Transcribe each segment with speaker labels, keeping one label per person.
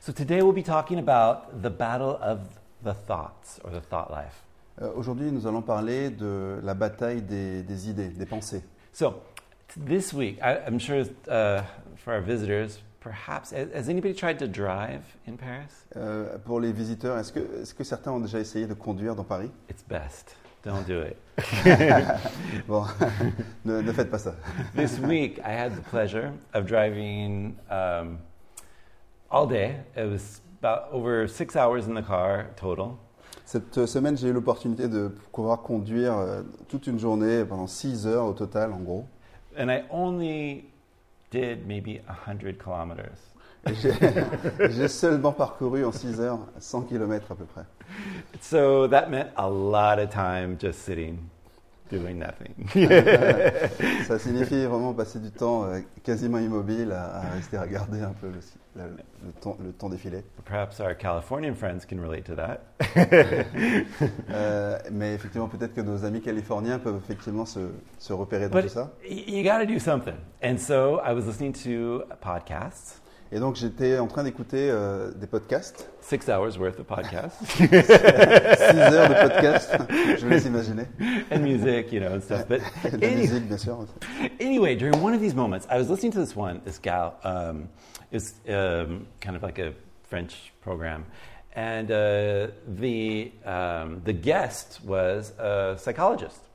Speaker 1: So today we'll be talking about the battle of the thoughts or the thought life.
Speaker 2: Euh, Aujourd'hui, nous allons parler de la bataille des, des idées, des pensées.
Speaker 1: So t- this week, I, I'm sure uh, for our visitors, perhaps has, has anybody tried to drive in Paris?
Speaker 2: Euh, pour les visiteurs, est-ce que, est-ce que certains ont déjà essayé de conduire dans Paris
Speaker 1: It's best. Don't do it.
Speaker 2: Bon, ne, ne faites pas ça.
Speaker 1: this week, I had the pleasure of driving um, all day. It was about over six hours in the car total.
Speaker 2: Cette semaine, j'ai eu l'opportunité de pouvoir conduire euh, toute une journée, pendant 6 heures au total, en gros.
Speaker 1: And I only did maybe 100 kilometers.
Speaker 2: Et J'ai j'ai seulement parcouru en 6 heures 100 km à peu près.
Speaker 1: So that meant a lot of time just sitting, doing nothing.
Speaker 2: Ça signifie vraiment passer du temps euh, quasiment immobile à, à rester à regarder un peu le, la- le temps, le temps défiler.
Speaker 1: Perhaps our Californian friends can relate to that.
Speaker 2: Euh, mais effectivement, peut-être que nos amis californiens peuvent effectivement se, se repérer dans
Speaker 1: But
Speaker 2: tout ça.
Speaker 1: y- you got to do something. And so I was listening to podcasts,
Speaker 2: Et donc, j'étais en train d'écouter euh, des podcasts,
Speaker 1: six hours worth of podcasts
Speaker 2: 6 heures de podcasts, je vous laisse imaginer.
Speaker 1: and music, you know, and stuff. But
Speaker 2: De la
Speaker 1: any-
Speaker 2: musique, bien sûr. aussi.
Speaker 1: anyway, during one of these moments, I was listening to this one, this gal, um, is um, kind of like a French program, and uh, the um, the guest was a psychologist.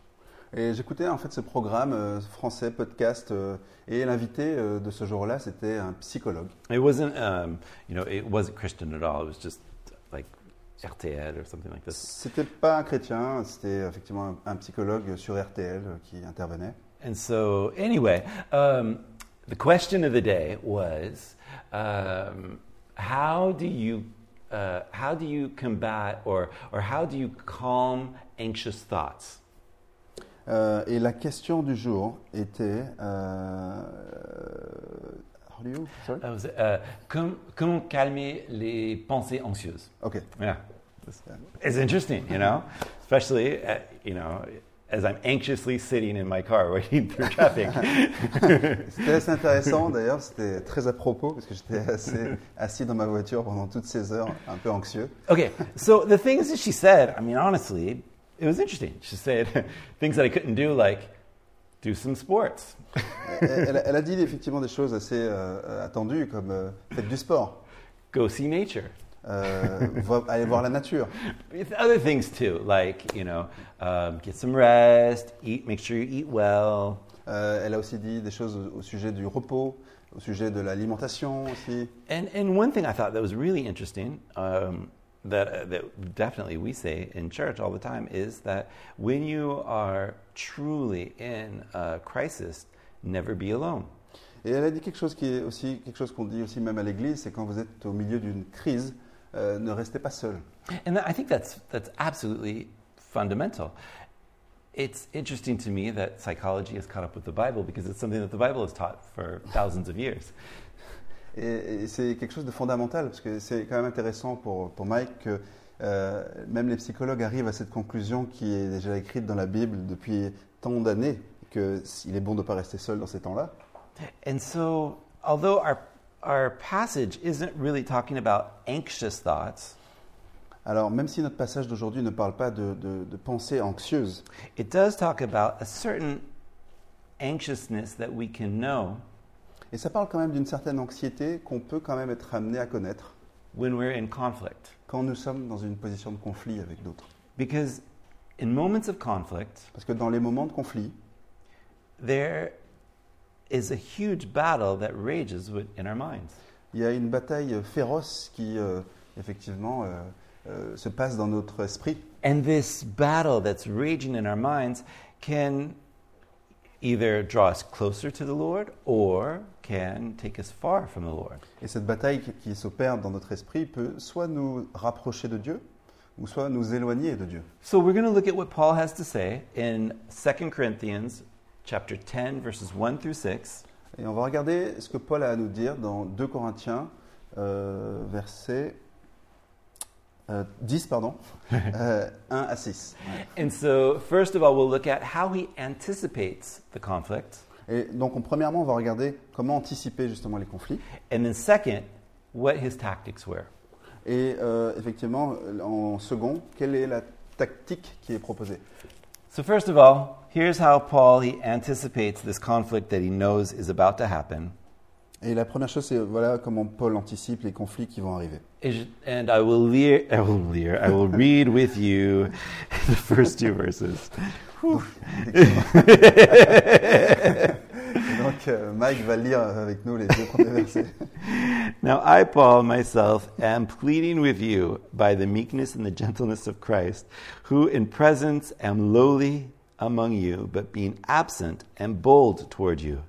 Speaker 2: Et j'écoutais en fait ce programme euh, français, podcast, euh, et l'invité euh, de ce jour-là, c'était un psychologue.
Speaker 1: It wasn't, um, you know, it wasn't Christian at all. It was just like RTL or something like this.
Speaker 2: C'était pas un chrétien, c'était effectivement un, un psychologue sur RTL euh, qui intervenait.
Speaker 1: And so, anyway, um, the question of the day was, um, how do you uh, how do you combat or or how do you calm anxious thoughts?
Speaker 2: Euh, et la question du jour était. Euh, how do you- sorry?
Speaker 1: That was, uh, com- comment calmer les pensées anxieuses?
Speaker 2: Ok.
Speaker 1: Yeah, It's- it's interesting, you know, especially uh you know as I'm anxiously sitting in my car waiting through traffic.
Speaker 2: C'était assez intéressant d'ailleurs, c'était très à propos parce que j'étais assez assis dans ma voiture pendant toutes ces heures, un peu anxieux.
Speaker 1: Okay, so the things that she said, I mean, honestly, it was interesting. She said things that I couldn't do, like do some sports.
Speaker 2: Elle, elle- elle a dit effectivement des choses assez euh, attendues comme euh, faites du sport,
Speaker 1: Go see nature.
Speaker 2: euh, vo- allez voir la nature,
Speaker 1: It's other things too, like, you know, um, get some rest, eat, make sure you eat well.
Speaker 2: Euh, elle a aussi dit des choses au, au sujet du repos, au sujet de l'alimentation aussi.
Speaker 1: And, and one thing I thought that was really interesting um, that, uh, that definitely we say in church all the time is that when you are truly in a crisis, never be alone.
Speaker 2: Et elle a dit quelque chose qui est aussi quelque chose qu'on dit aussi même à l'église, c'est quand vous êtes au milieu d'une crise, euh, ne restez pas seul.
Speaker 1: And that, I think that's that's absolutely fundamental. It's interesting to me that psychology has caught up with the Bible because it's something that the Bible has taught for thousands of years.
Speaker 2: Et, et c'est quelque chose de fondamental, parce que c'est quand même intéressant pour, pour Mike que euh, même les psychologues arrivent à cette conclusion qui est déjà écrite dans la Bible depuis tant d'années, qu'il est bon de ne pas rester seul dans ces temps-là.
Speaker 1: And so, although our our passage isn't really talking about anxious thoughts,
Speaker 2: Alors, même si notre passage d'aujourd'hui ne parle pas de, de, de pensées anxieuses,
Speaker 1: it does talk about a certain anxiousness that we can know
Speaker 2: et ça parle quand même d'une certaine anxiété qu'on peut quand même être amené à connaître
Speaker 1: when we're in conflict.
Speaker 2: quand nous sommes dans une position de conflit avec d'autres.
Speaker 1: Because in moments of conflict,
Speaker 2: Parce que dans les moments de conflit,
Speaker 1: there is a huge battle that rages wi- in our minds.
Speaker 2: il y a une bataille féroce qui, euh, effectivement, euh, euh, se passe dans notre esprit.
Speaker 1: And this battle that's raging in our minds can either draw us closer to the Lord or can take us far from the Lord.
Speaker 2: Et cette bataille qui- qui s'opère dans notre esprit peut soit nous rapprocher de Dieu, ou soit nous éloigner de Dieu.
Speaker 1: So we're going to look at what Paul has to say in 2 Corinthians chapter 10 verses 1 through 6.
Speaker 2: Et on va regarder ce que Paul a à nous dire dans 2 Corinthiens, euh, versets euh, 10, pardon, euh, 1 à 6. Ouais.
Speaker 1: And so first of all we'll look at how he anticipates the conflict
Speaker 2: Et donc, on- premièrement, on va regarder comment anticiper justement les conflits.
Speaker 1: and then second what his tactics were.
Speaker 2: Et euh, effectivement, en second, quelle est la tactique qui est proposée
Speaker 1: So, first of all, here's how Paul he anticipates this conflict that he knows is about to happen.
Speaker 2: Et la première chose, c'est voilà comment Paul anticipe les conflits qui vont arriver.
Speaker 1: Is- And I will leer, I will leer, I will read with you the first two verses.
Speaker 2: Donc euh, Mike va lire avec nous les deux premiers versets.
Speaker 1: Now I, Paul, myself, am pleading with you by the meekness and the gentleness of Christ, who in presence am lowly among you, but being absent am bold toward you.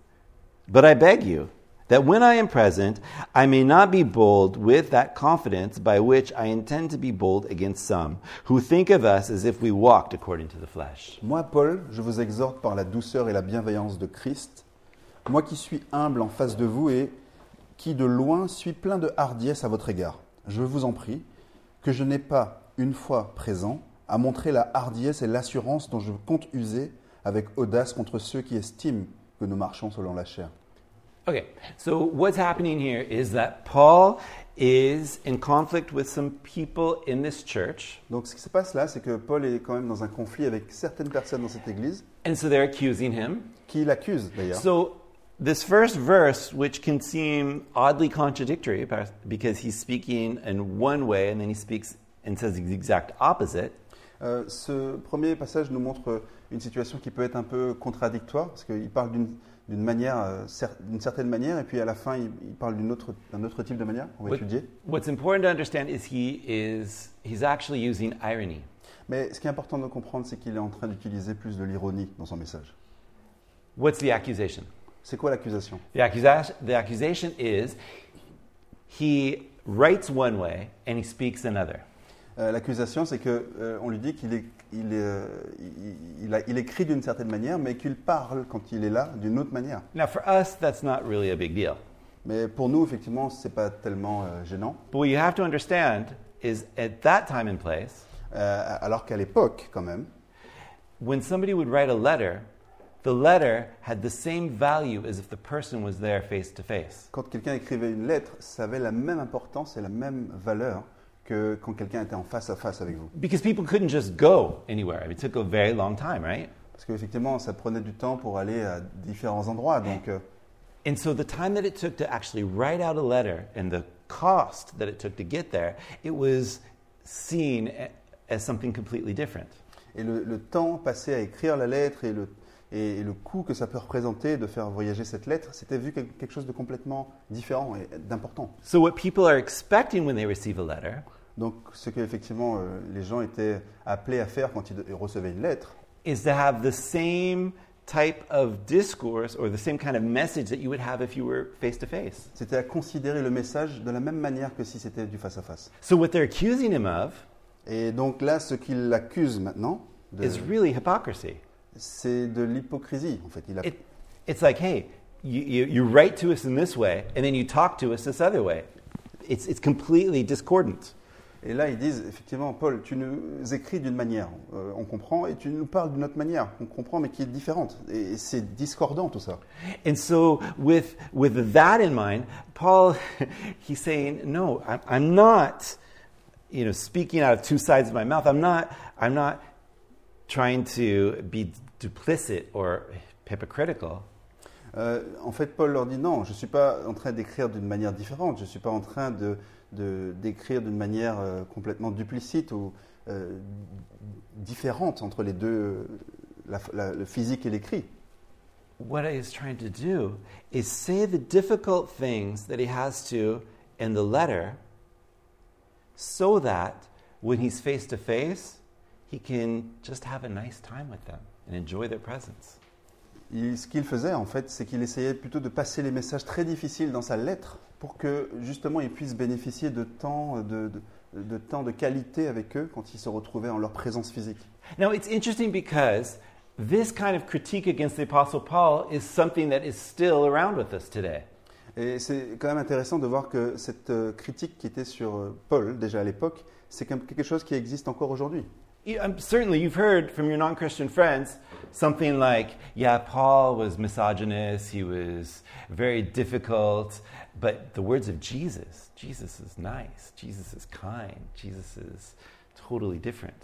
Speaker 1: But I beg you that when I am present, I may not be bold with that confidence by which I intend to be bold against some, who think of us as if we walked according to the flesh.
Speaker 2: Moi, Paul, je vous exhorte par la douceur et la bienveillance de Christ, moi qui suis humble en face de vous et qui de loin suis plein de hardiesse à votre égard. Je vous en prie que je n'ai pas, une fois présent, à montrer la hardiesse et l'assurance dont je compte user avec audace contre ceux qui estiment que nous marchons selon la chair.
Speaker 1: Okay, so what's happening here is that Paul is in conflict with some people in this church.
Speaker 2: Donc ce qui se passe là, c'est que Paul est quand même dans un conflit avec certaines personnes dans cette église
Speaker 1: And so they're accusing him.
Speaker 2: qui l'accusent d'ailleurs.
Speaker 1: So, this first verse, which can seem oddly contradictory par- because he's speaking in one way and then he speaks and says the exact opposite,
Speaker 2: Euh, ce premier passage nous montre euh, une situation qui peut être un peu contradictoire, parce qu'il parle d'une d'une manière, euh, cer- d'une certaine manière, et puis à la fin, il, il parle d'une autre- d'un autre, type de manière, on va
Speaker 1: Oui.
Speaker 2: étudier.
Speaker 1: what's important to understand is he is he's actually using irony.
Speaker 2: Mais ce qui est important de comprendre, c'est qu'il est en train d'utiliser plus de l'ironie dans son message.
Speaker 1: What's the accusation?
Speaker 2: C'est quoi l'accusation
Speaker 1: The, accusa- the accusation is he writes one way and he speaks another.
Speaker 2: Euh, L'accusation, c'est qu'on lui dit qu'il est- il est, euh, il- il a- il écrit d'une certaine manière, mais qu'il parle quand il est là d'une autre manière.
Speaker 1: Now, for us, that's not really a big deal.
Speaker 2: Mais pour nous, effectivement, ce n'est pas tellement euh, gênant.
Speaker 1: But what you have to understand is at that time and place,
Speaker 2: Euh, alors qu'à l'époque, quand même,
Speaker 1: when somebody would write a letter, the letter had the same value as if the person was there face to face.
Speaker 2: Quand quelqu'un écrivait une lettre, ça avait la même importance et la même valeur que quand quelqu'un était en face à face avec vous.
Speaker 1: Because people couldn't just go anywhere. It took a very long time, right?
Speaker 2: Parce qu'effectivement, ça prenait du temps pour aller à différents endroits. Donc, euh,
Speaker 1: And so the time that it took to actually write out a letter and the cost that it took to get there, it was seen a- as something completely different.
Speaker 2: et le, le temps passé à écrire la lettre et le, et, et le coût que ça peut représenter de faire voyager cette lettre, c'était vu comme quelque chose de complètement différent et d'important.
Speaker 1: So what people are expecting when they receive a letter
Speaker 2: Donc, ce que effectivement euh, les gens étaient appelés à faire quand ils recevaient une lettre,
Speaker 1: is to have the same type of discourse or the same kind of message that you would have if you were face to face.
Speaker 2: c'était à considérer le message de la même manière que si c'était du face à face.
Speaker 1: So what they're accusing him of
Speaker 2: Et donc là, ce qu'ils l'accusent maintenant. de-
Speaker 1: is really hypocrisy.
Speaker 2: C'est de l'hypocrisie, en fait. Il a-
Speaker 1: It, it's like, hey, you, you, you write to us in this way, and then you talk to us this other way. It's, it's completely discordant.
Speaker 2: Et là, ils disent, effectivement, Paul, tu nous écris d'une manière, euh, on comprend, et tu nous parles d'une autre manière, on comprend, mais qui est différente. Et c'est discordant, tout ça.
Speaker 1: And so, with, with that in mind, Paul, he's saying, no, I'm, I'm not, you know, speaking out of two sides of my mouth. I'm not, I'm not trying to be duplicit or hypocritical.
Speaker 2: Euh, en fait, Paul leur dit, non, je ne suis pas en train d'écrire d'une manière différente, je ne suis pas en train de, de- d'écrire d'une manière euh, complètement duplicite ou euh, différente entre les deux, euh, la- la- le physique et l'écrit.
Speaker 1: What he is trying to do is say the difficult things that he has to in the letter so that when he's face to face, he can just have a nice time with them and enjoy their presence.
Speaker 2: Il- ce qu'il faisait, en fait, c'est qu'il essayait plutôt de passer les messages très difficiles dans sa lettre pour que, justement, il puisse bénéficier de temps de, de- de temps de qualité avec eux quand ils se retrouvaient en leur présence physique.
Speaker 1: Now, it's interesting because this kind of critique against the Apostle Paul is something that is still around with us today.
Speaker 2: Et c'est quand même intéressant de voir que cette euh, critique qui était sur euh, Paul, déjà à l'époque, c'est comme quelque chose qui existe encore aujourd'hui.
Speaker 1: you- um, certainly you've heard from your non Christian friends something like, yeah, Paul was misogynist, he was very difficult, but the words of Jesus Jesus is nice, Jesus is kind, Jesus is totally different.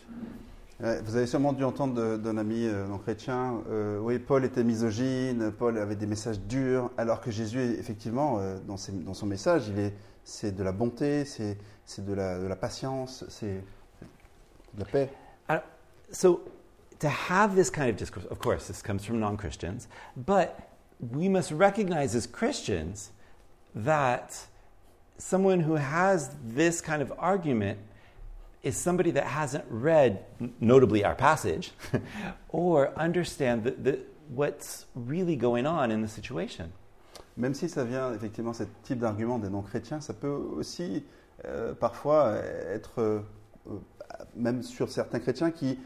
Speaker 2: Ouais, Vous avez sûrement dû entendre de- d'un ami euh, non chrétien, euh, oui, Paul était misogyne, Paul avait des messages durs, alors que Jésus, effectivement, euh, dans, ses- dans son message, il est, c'est de la bonté, c'est, c'est de, la, de la patience, c'est de la paix.
Speaker 1: I don't- so to have this kind of discourse, of course, this comes from non Christians, but we must recognize as Christians that someone who has this kind of argument is somebody that hasn't read, n- notably our passage, or understand the, the, what's really going on in the situation.
Speaker 2: Même si ça vient, effectivement, ce type d'argument des non-chrétiens, ça peut aussi euh, parfois euh, être, euh, euh, même sur certains chrétiens qui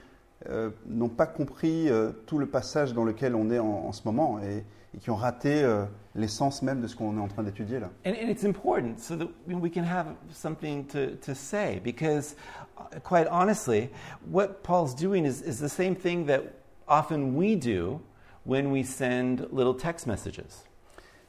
Speaker 2: euh, n'ont pas compris euh, tout le passage dans lequel on est en, en ce moment et, et qui ont raté euh, l'essence même de ce qu'on est en train d'étudier là.
Speaker 1: And, and it's important so that you know, we can have something to, to say because, uh, quite honestly, what Paul's doing is, is the same thing that often we do when we send little text messages.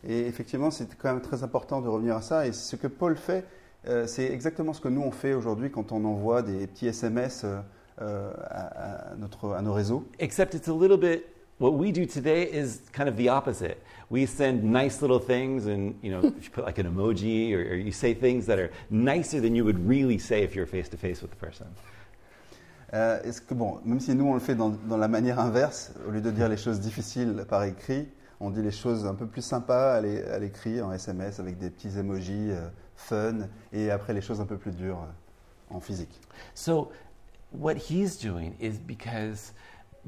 Speaker 2: Et effectivement, c'est quand même très important de revenir à ça. Et ce que Paul fait, euh, c'est exactement ce que nous on fait aujourd'hui quand on envoie des petits SMS euh, euh, à, à notre, à nos réseaux.
Speaker 1: Except it's a little bit, what we do today is kind of the opposite. We send nice little things and, you know, if you put like an emoji or, or you say things that are nicer than you would really say if you're face to face with the person.
Speaker 2: Euh, Est-ce que, bon, même si nous on le fait dans, dans la manière inverse, au lieu de dire les choses difficiles par écrit, on dit les choses un peu plus sympas à l'é- à l'écrit, en SMS, avec des petits emojis euh, fun, et après les choses un peu plus dures euh, en physique.
Speaker 1: So, what he's doing is because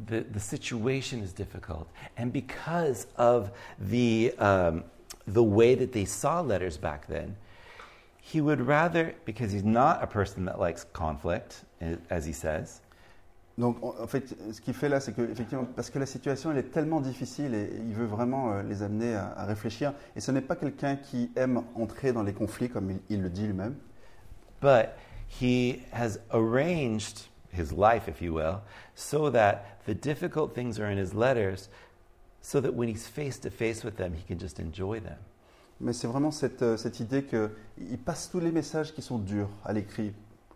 Speaker 1: the, the situation is difficult, and because of the, um, the way that they saw letters back then, he would rather, because he's not a person that likes conflict, a- as he says,
Speaker 2: Donc en, en fait, ce qu'il fait là, c'est que, effectivement, parce que la situation elle est tellement difficile, et, il veut vraiment euh, les amener à, à réfléchir, et ce n'est pas quelqu'un qui aime entrer dans les conflits, comme il- il le dit lui-même.
Speaker 1: but he has arranged his life, if you will, so that the difficult things are in his letters, so that when he's face to face with them, he can just enjoy them.
Speaker 2: Mais c'est vraiment cette, euh, cette idée qu'il passe tous les messages qui sont durs à l'écrit.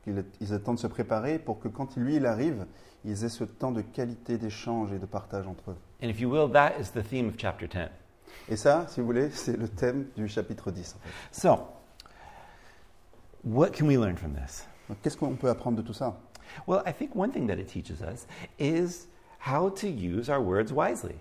Speaker 2: Ils, ils attendent de se préparer pour que quand lui, il arrive, ils aient ce temps de qualité d'échange et de partage entre eux.
Speaker 1: And if you will, that is the theme of chapter 10.
Speaker 2: Et ça, si vous voulez, c'est le thème du chapitre 10. en fait.
Speaker 1: So, what can we learn from this?
Speaker 2: Donc, Qu'est-ce qu'on peut apprendre de tout ça
Speaker 1: Well, I think one thing that it teaches us is how to use our words wisely.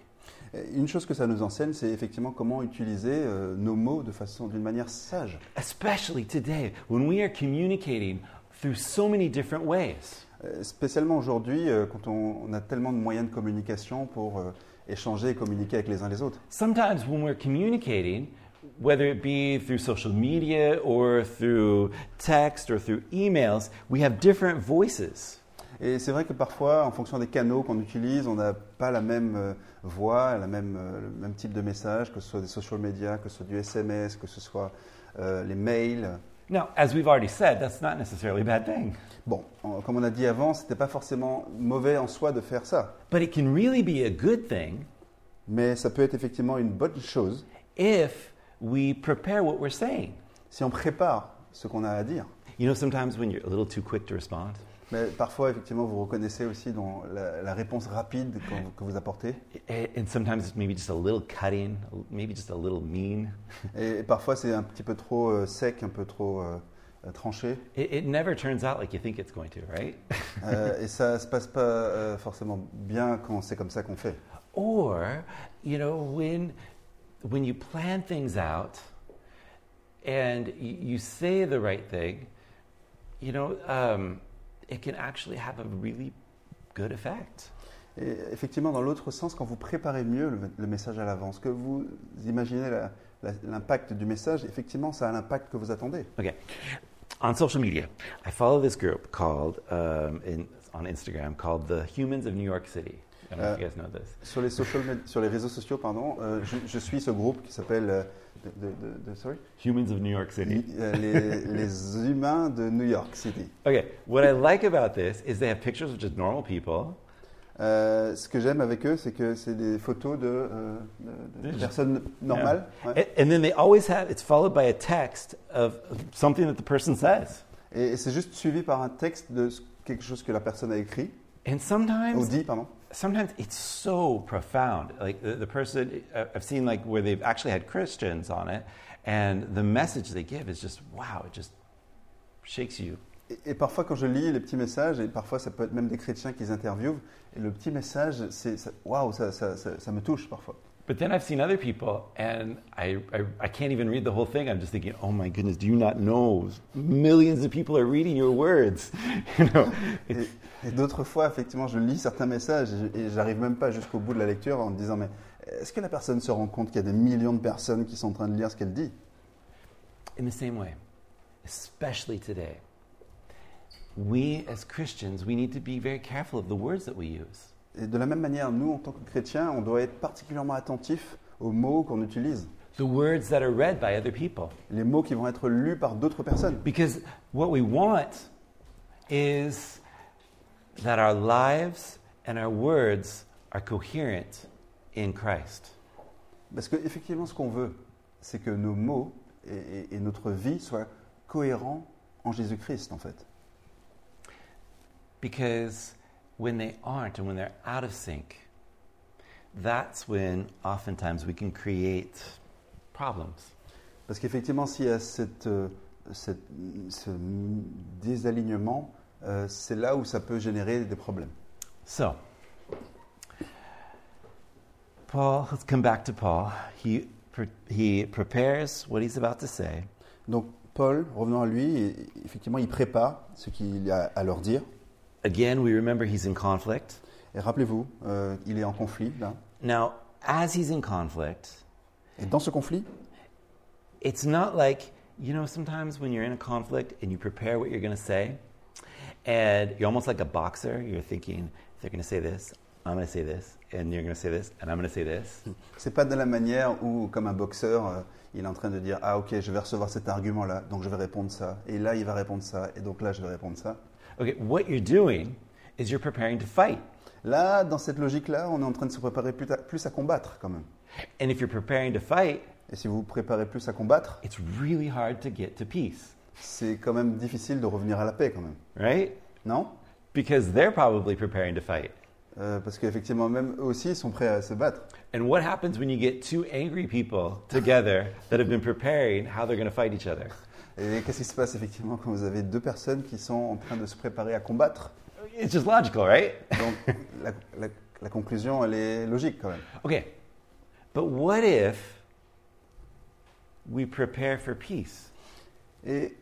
Speaker 2: Euh, Une chose que ça nous enseigne, c'est effectivement comment utiliser euh, nos mots de façon, d'une manière sage.
Speaker 1: Especially today when we are communicating through so many different ways.
Speaker 2: Euh, Spécialement aujourd'hui, euh, quand on, on a tellement de moyens de communication pour euh, échanger et communiquer avec les uns les autres.
Speaker 1: Sometimes when we're communicating, whether it be through social media or through text or through emails, we have different voices.
Speaker 2: Et c'est vrai que parfois, en fonction des canaux qu'on utilise, on n'a pas la même euh, voix, la même, euh, le même type de message, que ce soit des social media, que ce soit du SMS, que ce soit euh, les mails.
Speaker 1: Now, as we've already said, that's not necessarily a bad thing.
Speaker 2: Bon, en- comme on a dit avant, c'était pas forcément mauvais en soi de faire ça,
Speaker 1: But it can really be a good thing
Speaker 2: mais ça peut être effectivement une bonne chose
Speaker 1: if we prepare what we're saying.
Speaker 2: si on prépare ce qu'on a à dire.
Speaker 1: You know, sometimes when you're a little too quick to respond,
Speaker 2: Mais parfois, effectivement, vous reconnaissez aussi dans la, la réponse rapide qu'on- que vous apportez.
Speaker 1: a- and sometimes it's maybe just a little cutting, maybe just a little mean,
Speaker 2: Et parfois, c'est un petit peu trop euh, sec, un peu trop euh, euh, tranché.
Speaker 1: it, it never turns out like you think it's going to, right?
Speaker 2: Euh, et ça se passe pas euh, forcément bien quand c'est comme ça qu'on fait.
Speaker 1: Or, you know, when when you plan things out and y- you say the right thing, you know, um, it can actually have a really good effect.
Speaker 2: Et effectivement, dans l'autre sens, quand vous préparez mieux le, le message à l'avance, que vous imaginez la- la- l'impact du message, effectivement, ça a l'impact que vous attendez.
Speaker 1: Okay. On social media, I follow this group called um, in, on Instagram called the Humans of New York City. I don't know if you guys know this.
Speaker 2: Sur les, social med- sur les réseaux sociaux, pardon, euh, je, je suis ce groupe qui s'appelle euh, de, de- de- de- sorry?
Speaker 1: Humans of New York City.
Speaker 2: Euh, les, les humains de New York City.
Speaker 1: Okay, what I like about this is they have pictures of just normal people.
Speaker 2: Euh, ce que j'aime avec eux, c'est que c'est des photos de, euh, de- de
Speaker 1: Des-
Speaker 2: personnes normales. ouais.
Speaker 1: A- And then they always have, it's followed by a text of something that the person says.
Speaker 2: Et, et c'est juste suivi par un texte de ce- quelque chose que la personne a écrit,
Speaker 1: And
Speaker 2: ou
Speaker 1: sometimes
Speaker 2: dit, pardon.
Speaker 1: sometimes it's so profound. Like the, the person, I- I've seen like where they've actually had Christians on it, and the message they give is just wow, it just shakes you.
Speaker 2: Et, et parfois, quand je lis les petits messages, et parfois ça peut être même des chrétiens qu'ils interviewent, et le petit message, c'est ça- waouh, ça, ça- ça- ça me touche parfois.
Speaker 1: But then I've seen other people, and I, I, I can't even read the whole thing. I'm just thinking, oh my goodness, do you not know? Millions of people are reading your words. You know,
Speaker 2: Et,
Speaker 1: It's-
Speaker 2: et d'autres fois, effectivement, je lis certains messages et je- et j'arrive même pas jusqu'au bout de la lecture en me disant mais est-ce que la personne se rend compte qu'il y a des millions de personnes qui sont en train de lire ce qu'elle dit
Speaker 1: in the same way, especially today, we as Christians, we need to be very careful of the words that we use.
Speaker 2: Et de la même manière, nous, en tant que chrétiens, on doit être particulièrement attentifs aux mots qu'on utilise,
Speaker 1: the words that are read by other people.
Speaker 2: les mots qui vont être lus par d'autres personnes.
Speaker 1: Because what we want is that our lives and our words are coherent in Christ.
Speaker 2: Parce que effectivement, ce qu'on veut, c'est que nos mots et, et- et notre vie soient cohérents en Jésus-Christ, en fait.
Speaker 1: Because when they aren't and when they're out of sync, that's when oftentimes we can create problems.
Speaker 2: Parce qu'effectivement, s'il y a cette, euh, cette- ce désalignement, euh, c'est là où ça peut générer des problèmes.
Speaker 1: So, Paul, let's come back to Paul. He, pre- he prepares what he's about to say.
Speaker 2: Donc, Paul, revenons à lui, et- effectivement, il prépare ce qu'il a à leur dire.
Speaker 1: Again, we remember he's in conflict.
Speaker 2: Et rappelez-vous, euh, il est en conflit, là.
Speaker 1: Now, as he's in conflict,
Speaker 2: Et dans ce conflit,
Speaker 1: it's not like, you know, sometimes when you're in a conflict and you prepare what you're going to say, and you're almost like a boxer, you're thinking, they're going to say this, I'm going to say this, and you're going to say this, and I'm going to say this.
Speaker 2: c'est pas de la manière où, comme un boxeur, euh, il est en train de dire Ah, ok, je vais recevoir cet argument-là, donc je vais répondre ça. Et là, il va répondre ça. Et donc là, je vais répondre ça.
Speaker 1: Okay, what you're doing is you're preparing to fight.
Speaker 2: Là, dans cette logique-là, on est en train de se préparer plus, ta- plus à combattre, quand même.
Speaker 1: And if you're preparing to fight,
Speaker 2: Et si vous vous préparez plus à combattre,
Speaker 1: it's really hard to get to peace,
Speaker 2: c'est quand même difficile de revenir à la paix, quand même.
Speaker 1: right?
Speaker 2: Non
Speaker 1: Because they're probably preparing to fight.
Speaker 2: Euh, Parce qu'effectivement, même eux aussi, ils sont prêts à se battre.
Speaker 1: And what happens when you get two angry people together that have been preparing how they're going to fight each other?
Speaker 2: Et qu'est-ce qui se passe, effectivement, quand vous avez deux personnes qui sont en train de se préparer à combattre
Speaker 1: It's just logical, right?
Speaker 2: Donc, la, la- la conclusion, elle est logique, quand même.
Speaker 1: Okay. But what if we prepare for peace?
Speaker 2: Et,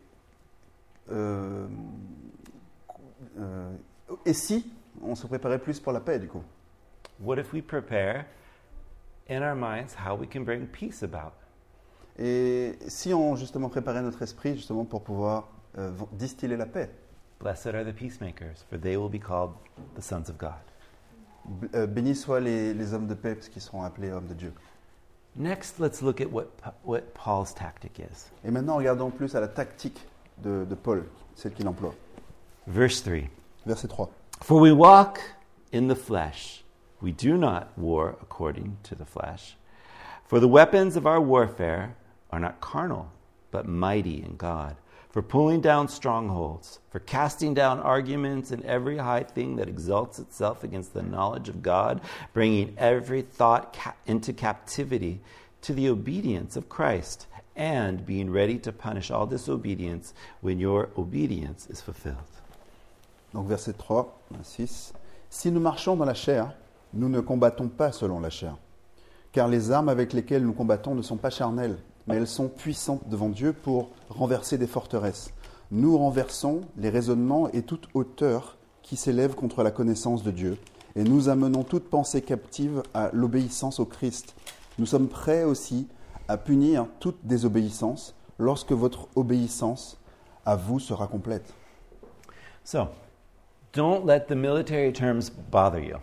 Speaker 2: euh, euh, et si on se préparait plus pour la paix, du coup
Speaker 1: What if we prepare in our minds how we can bring peace about?
Speaker 2: Et si on justement préparait notre esprit justement pour pouvoir euh, v- distiller la paix
Speaker 1: Blessed are the peacemakers, for they will be called the sons of God.
Speaker 2: B- euh, Bénis soient les, les hommes de paix parce qu'ils seront appelés hommes de Dieu.
Speaker 1: Next, let's look at what, Pa- what Paul's tactic is.
Speaker 2: Et maintenant, regardons plus à la tactique de, de Paul, celle qu'il emploie.
Speaker 1: Verse 3
Speaker 2: Verset 3.
Speaker 1: For we walk in the flesh, we do not war according to the flesh. For the weapons of our warfare are not carnal, but mighty in God, for pulling down strongholds, for casting down arguments and every high thing that exalts itself against the knowledge of God, bringing every thought ca- into captivity to the obedience of Christ, and being ready to punish all disobedience when your obedience is fulfilled.
Speaker 2: Donc verset 3 à 6. Si nous marchons dans la chair, nous ne combattons pas selon la chair. Car les armes avec lesquelles nous combattons ne sont pas charnelles, mais elles sont puissantes devant Dieu pour renverser des forteresses. Nous renversons les raisonnements et toute hauteur qui s'élève contre la connaissance de Dieu, et nous amenons toute pensée captive à l'obéissance au Christ. Nous sommes prêts aussi à punir toute désobéissance lorsque votre obéissance à vous sera complète.
Speaker 1: So, don't let the military terms bother you.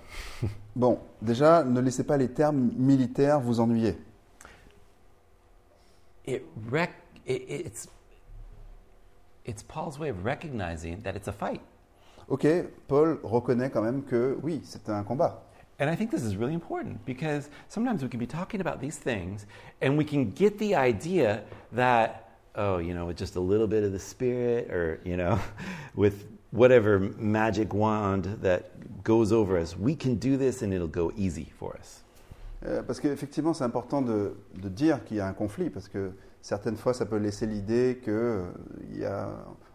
Speaker 2: Bon, déjà, ne laissez pas les termes militaires vous ennuyer.
Speaker 1: It rec- it, it's, it's Paul's way of recognizing that it's a fight.
Speaker 2: Ok, Paul reconnaît quand même que oui, c'est un combat.
Speaker 1: And I think this is really important because sometimes we can be talking about these things and we can get the idea that, oh, you know, with just a little bit of the spirit or, you know, with whatever magic wand that goes over us, we can do this and it'll go easy for us.
Speaker 2: Euh, parce qu'effectivement, c'est important de, de dire qu'il y a un conflit, parce que certaines fois, ça peut laisser l'idée que, euh, il y a,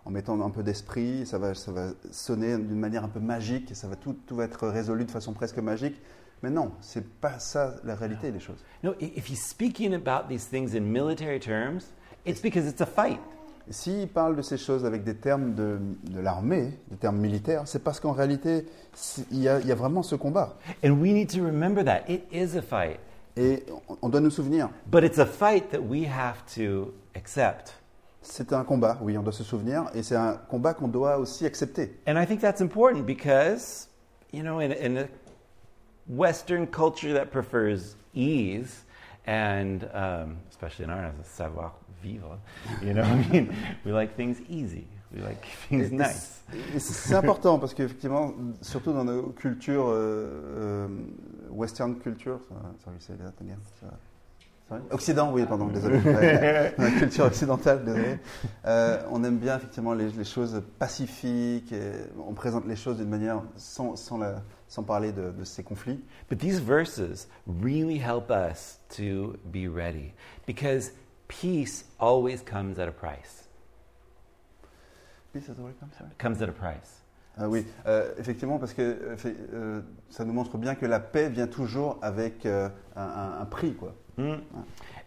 Speaker 2: en mettant un peu d'esprit, ça va, ça va sonner d'une manière un peu magique, et ça va tout, tout va être résolu de façon presque magique. Mais non, c'est pas ça la réalité des choses.
Speaker 1: No, i- if he's speaking about these things in military terms, it's because it's a fight.
Speaker 2: S'il parle de ces choses avec des termes de, de l'armée, des termes militaires, c'est parce qu'en réalité, c'est- il y, a, il y a vraiment ce combat.
Speaker 1: And we need to remember that. It is a fight.
Speaker 2: Et on- on doit nous souvenir,
Speaker 1: But it's a fight that we have to accept.
Speaker 2: c'est un combat, oui, on doit se souvenir, et c'est un combat qu'on doit aussi accepter.
Speaker 1: And I think that's important because, you know, in, in a Western culture that prefers ease, and um, especially in ours, savoir vivre, you know, I mean, we like things easy. We like things
Speaker 2: Et- et
Speaker 1: nice.
Speaker 2: Et C'est important parce qu'effectivement, surtout dans nos cultures, euh, euh, western culture, ça- sorry, c'est Ah. la dernière, ça- sorry. Occident, oui, pardon, désolé. Ouais, dans la culture occidentale, désolé. Euh, on aime bien effectivement les, les choses pacifiques, et on présente les choses d'une manière sans, sans, la- sans parler de, de ces conflits.
Speaker 1: But these verses really help us to be ready because peace always comes at a price.
Speaker 2: Puis, ça devrait comme ça.
Speaker 1: Comes at a price.
Speaker 2: Ah oui, euh, effectivement, parce que euh, fait- euh, ça nous montre bien que la paix vient toujours avec euh, un, un- un prix, quoi.
Speaker 1: Mm.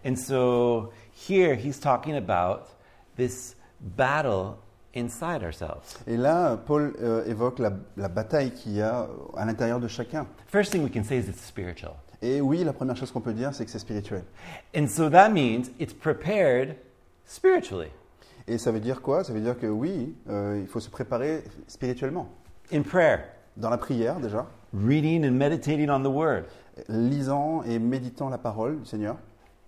Speaker 1: And so here he's talking about this battle inside ourselves.
Speaker 2: Et là, Paul euh, évoque la, la bataille qu'il y a à l'intérieur de chacun.
Speaker 1: First thing we can say is it's spiritual.
Speaker 2: Et oui, la première chose qu'on peut dire, c'est que c'est spirituel.
Speaker 1: And so that means it's prepared spiritually.
Speaker 2: Et ça veut dire quoi Ça veut dire que oui, euh, il faut se préparer spirituellement.
Speaker 1: In prayer,
Speaker 2: Dans la prière déjà,
Speaker 1: reading and meditating on the word.
Speaker 2: lisant et méditant la parole du Seigneur.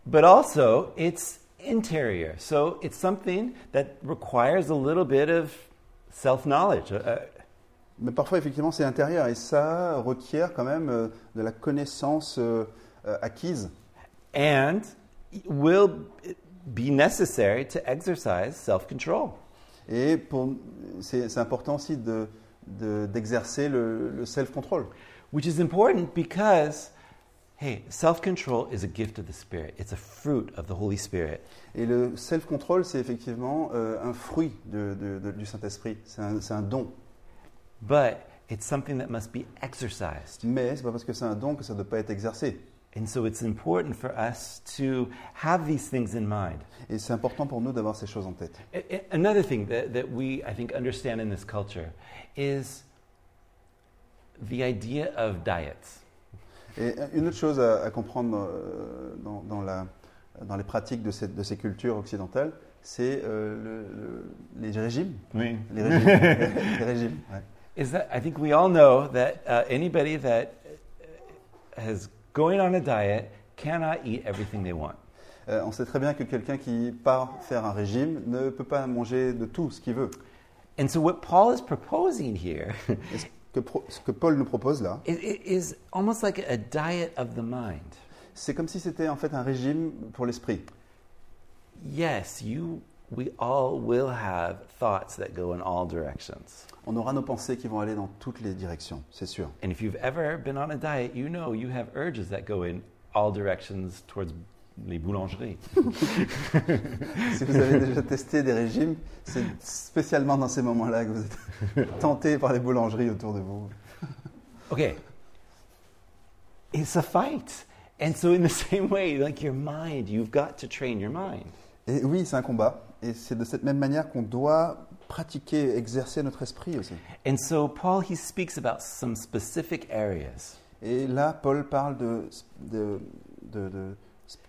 Speaker 1: But also it's interior. So it's something that requires a little bit of uh, self knowledge.
Speaker 2: Mais parfois, effectivement, c'est intérieur et ça requiert quand même euh, de la connaissance euh, euh, acquise
Speaker 1: and will be necessary to exercise self control.
Speaker 2: Et pour- c'est c'est important aussi de- de- d'exercer le, le self-control.
Speaker 1: Which is important because, hey, self control is a gift of the Spirit, it's a fruit of the Holy Spirit.
Speaker 2: Et le self-control, c'est effectivement euh, un fruit de- de- de- du Saint-Esprit. C'est un, c'est un don.
Speaker 1: But it's something that must be exercised.
Speaker 2: Mais c'est pas parce que c'est un don que ça ne doit pas être exercé.
Speaker 1: And so it's important for us to have these things in mind.
Speaker 2: Et c'est important pour nous d'avoir ces choses en tête.
Speaker 1: A- a- Another thing that, that we, I think, understand in this culture is the idea of diets.
Speaker 2: Et euh, une autre chose à, à comprendre euh, dans, dans la- dans les pratiques de, cette- de ces cultures occidentales, c'est euh, le- le- les régimes. Les régimes. les régimes, ouais.
Speaker 1: Is that I think we all know that uh, anybody that uh, is going on a diet cannot eat everything they want.
Speaker 2: Euh, on sait très bien que quelqu'un qui part faire un régime ne peut pas manger de tout ce qu'il veut.
Speaker 1: And so, what Paul is proposing here
Speaker 2: Et ce, que pro- ce que Paul nous propose là,
Speaker 1: is, is almost like a diet of the mind.
Speaker 2: c'est comme si c'était en fait un régime pour l'esprit.
Speaker 1: Yes, you, we all will have thoughts that go in all directions.
Speaker 2: On aura nos pensées qui vont aller dans toutes les directions, c'est sûr.
Speaker 1: And if you've ever been on a diet, you know you have urges that go in all directions towards les boulangeries.
Speaker 2: Si vous avez déjà testé des régimes, c'est spécialement dans ces moments-là que vous êtes tenté par les boulangeries autour de vous.
Speaker 1: Okay. It's a fight. And so, in the same way, like your mind, you've got to train your mind.
Speaker 2: Et oui, c'est un combat. Et c'est de cette même manière qu'on doit pratiquer, exercer notre esprit aussi.
Speaker 1: And so, Paul, he speaks about some specific areas.
Speaker 2: Et là, Paul parle de, de, de- de-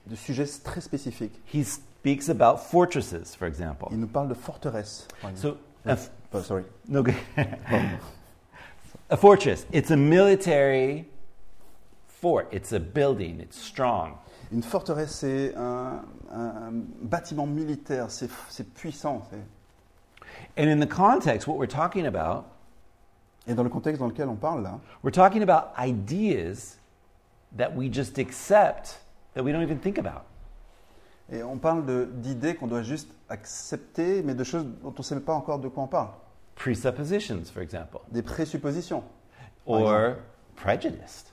Speaker 2: de sujets très spécifiques.
Speaker 1: He speaks about fortresses, for example.
Speaker 2: Il nous parle de forteresse. par exemple.
Speaker 1: So, a, f-
Speaker 2: Oh, sorry.
Speaker 1: no, good. a fortress, it's a military fort, it's a building, it's strong.
Speaker 2: Une forteresse, c'est un, un bâtiment militaire, c'est c'est puissant. c'est-
Speaker 1: And in the context, what we're talking about,
Speaker 2: Et dans le contexte dans lequel on parle là,
Speaker 1: we're talking about ideas that we just accept that we don't even think about.
Speaker 2: et on parle de- d'idées qu'on doit juste accepter, mais de choses dont on ne sait pas encore de quoi on parle.
Speaker 1: Presuppositions, for example,
Speaker 2: Des présuppositions.
Speaker 1: or prejudice.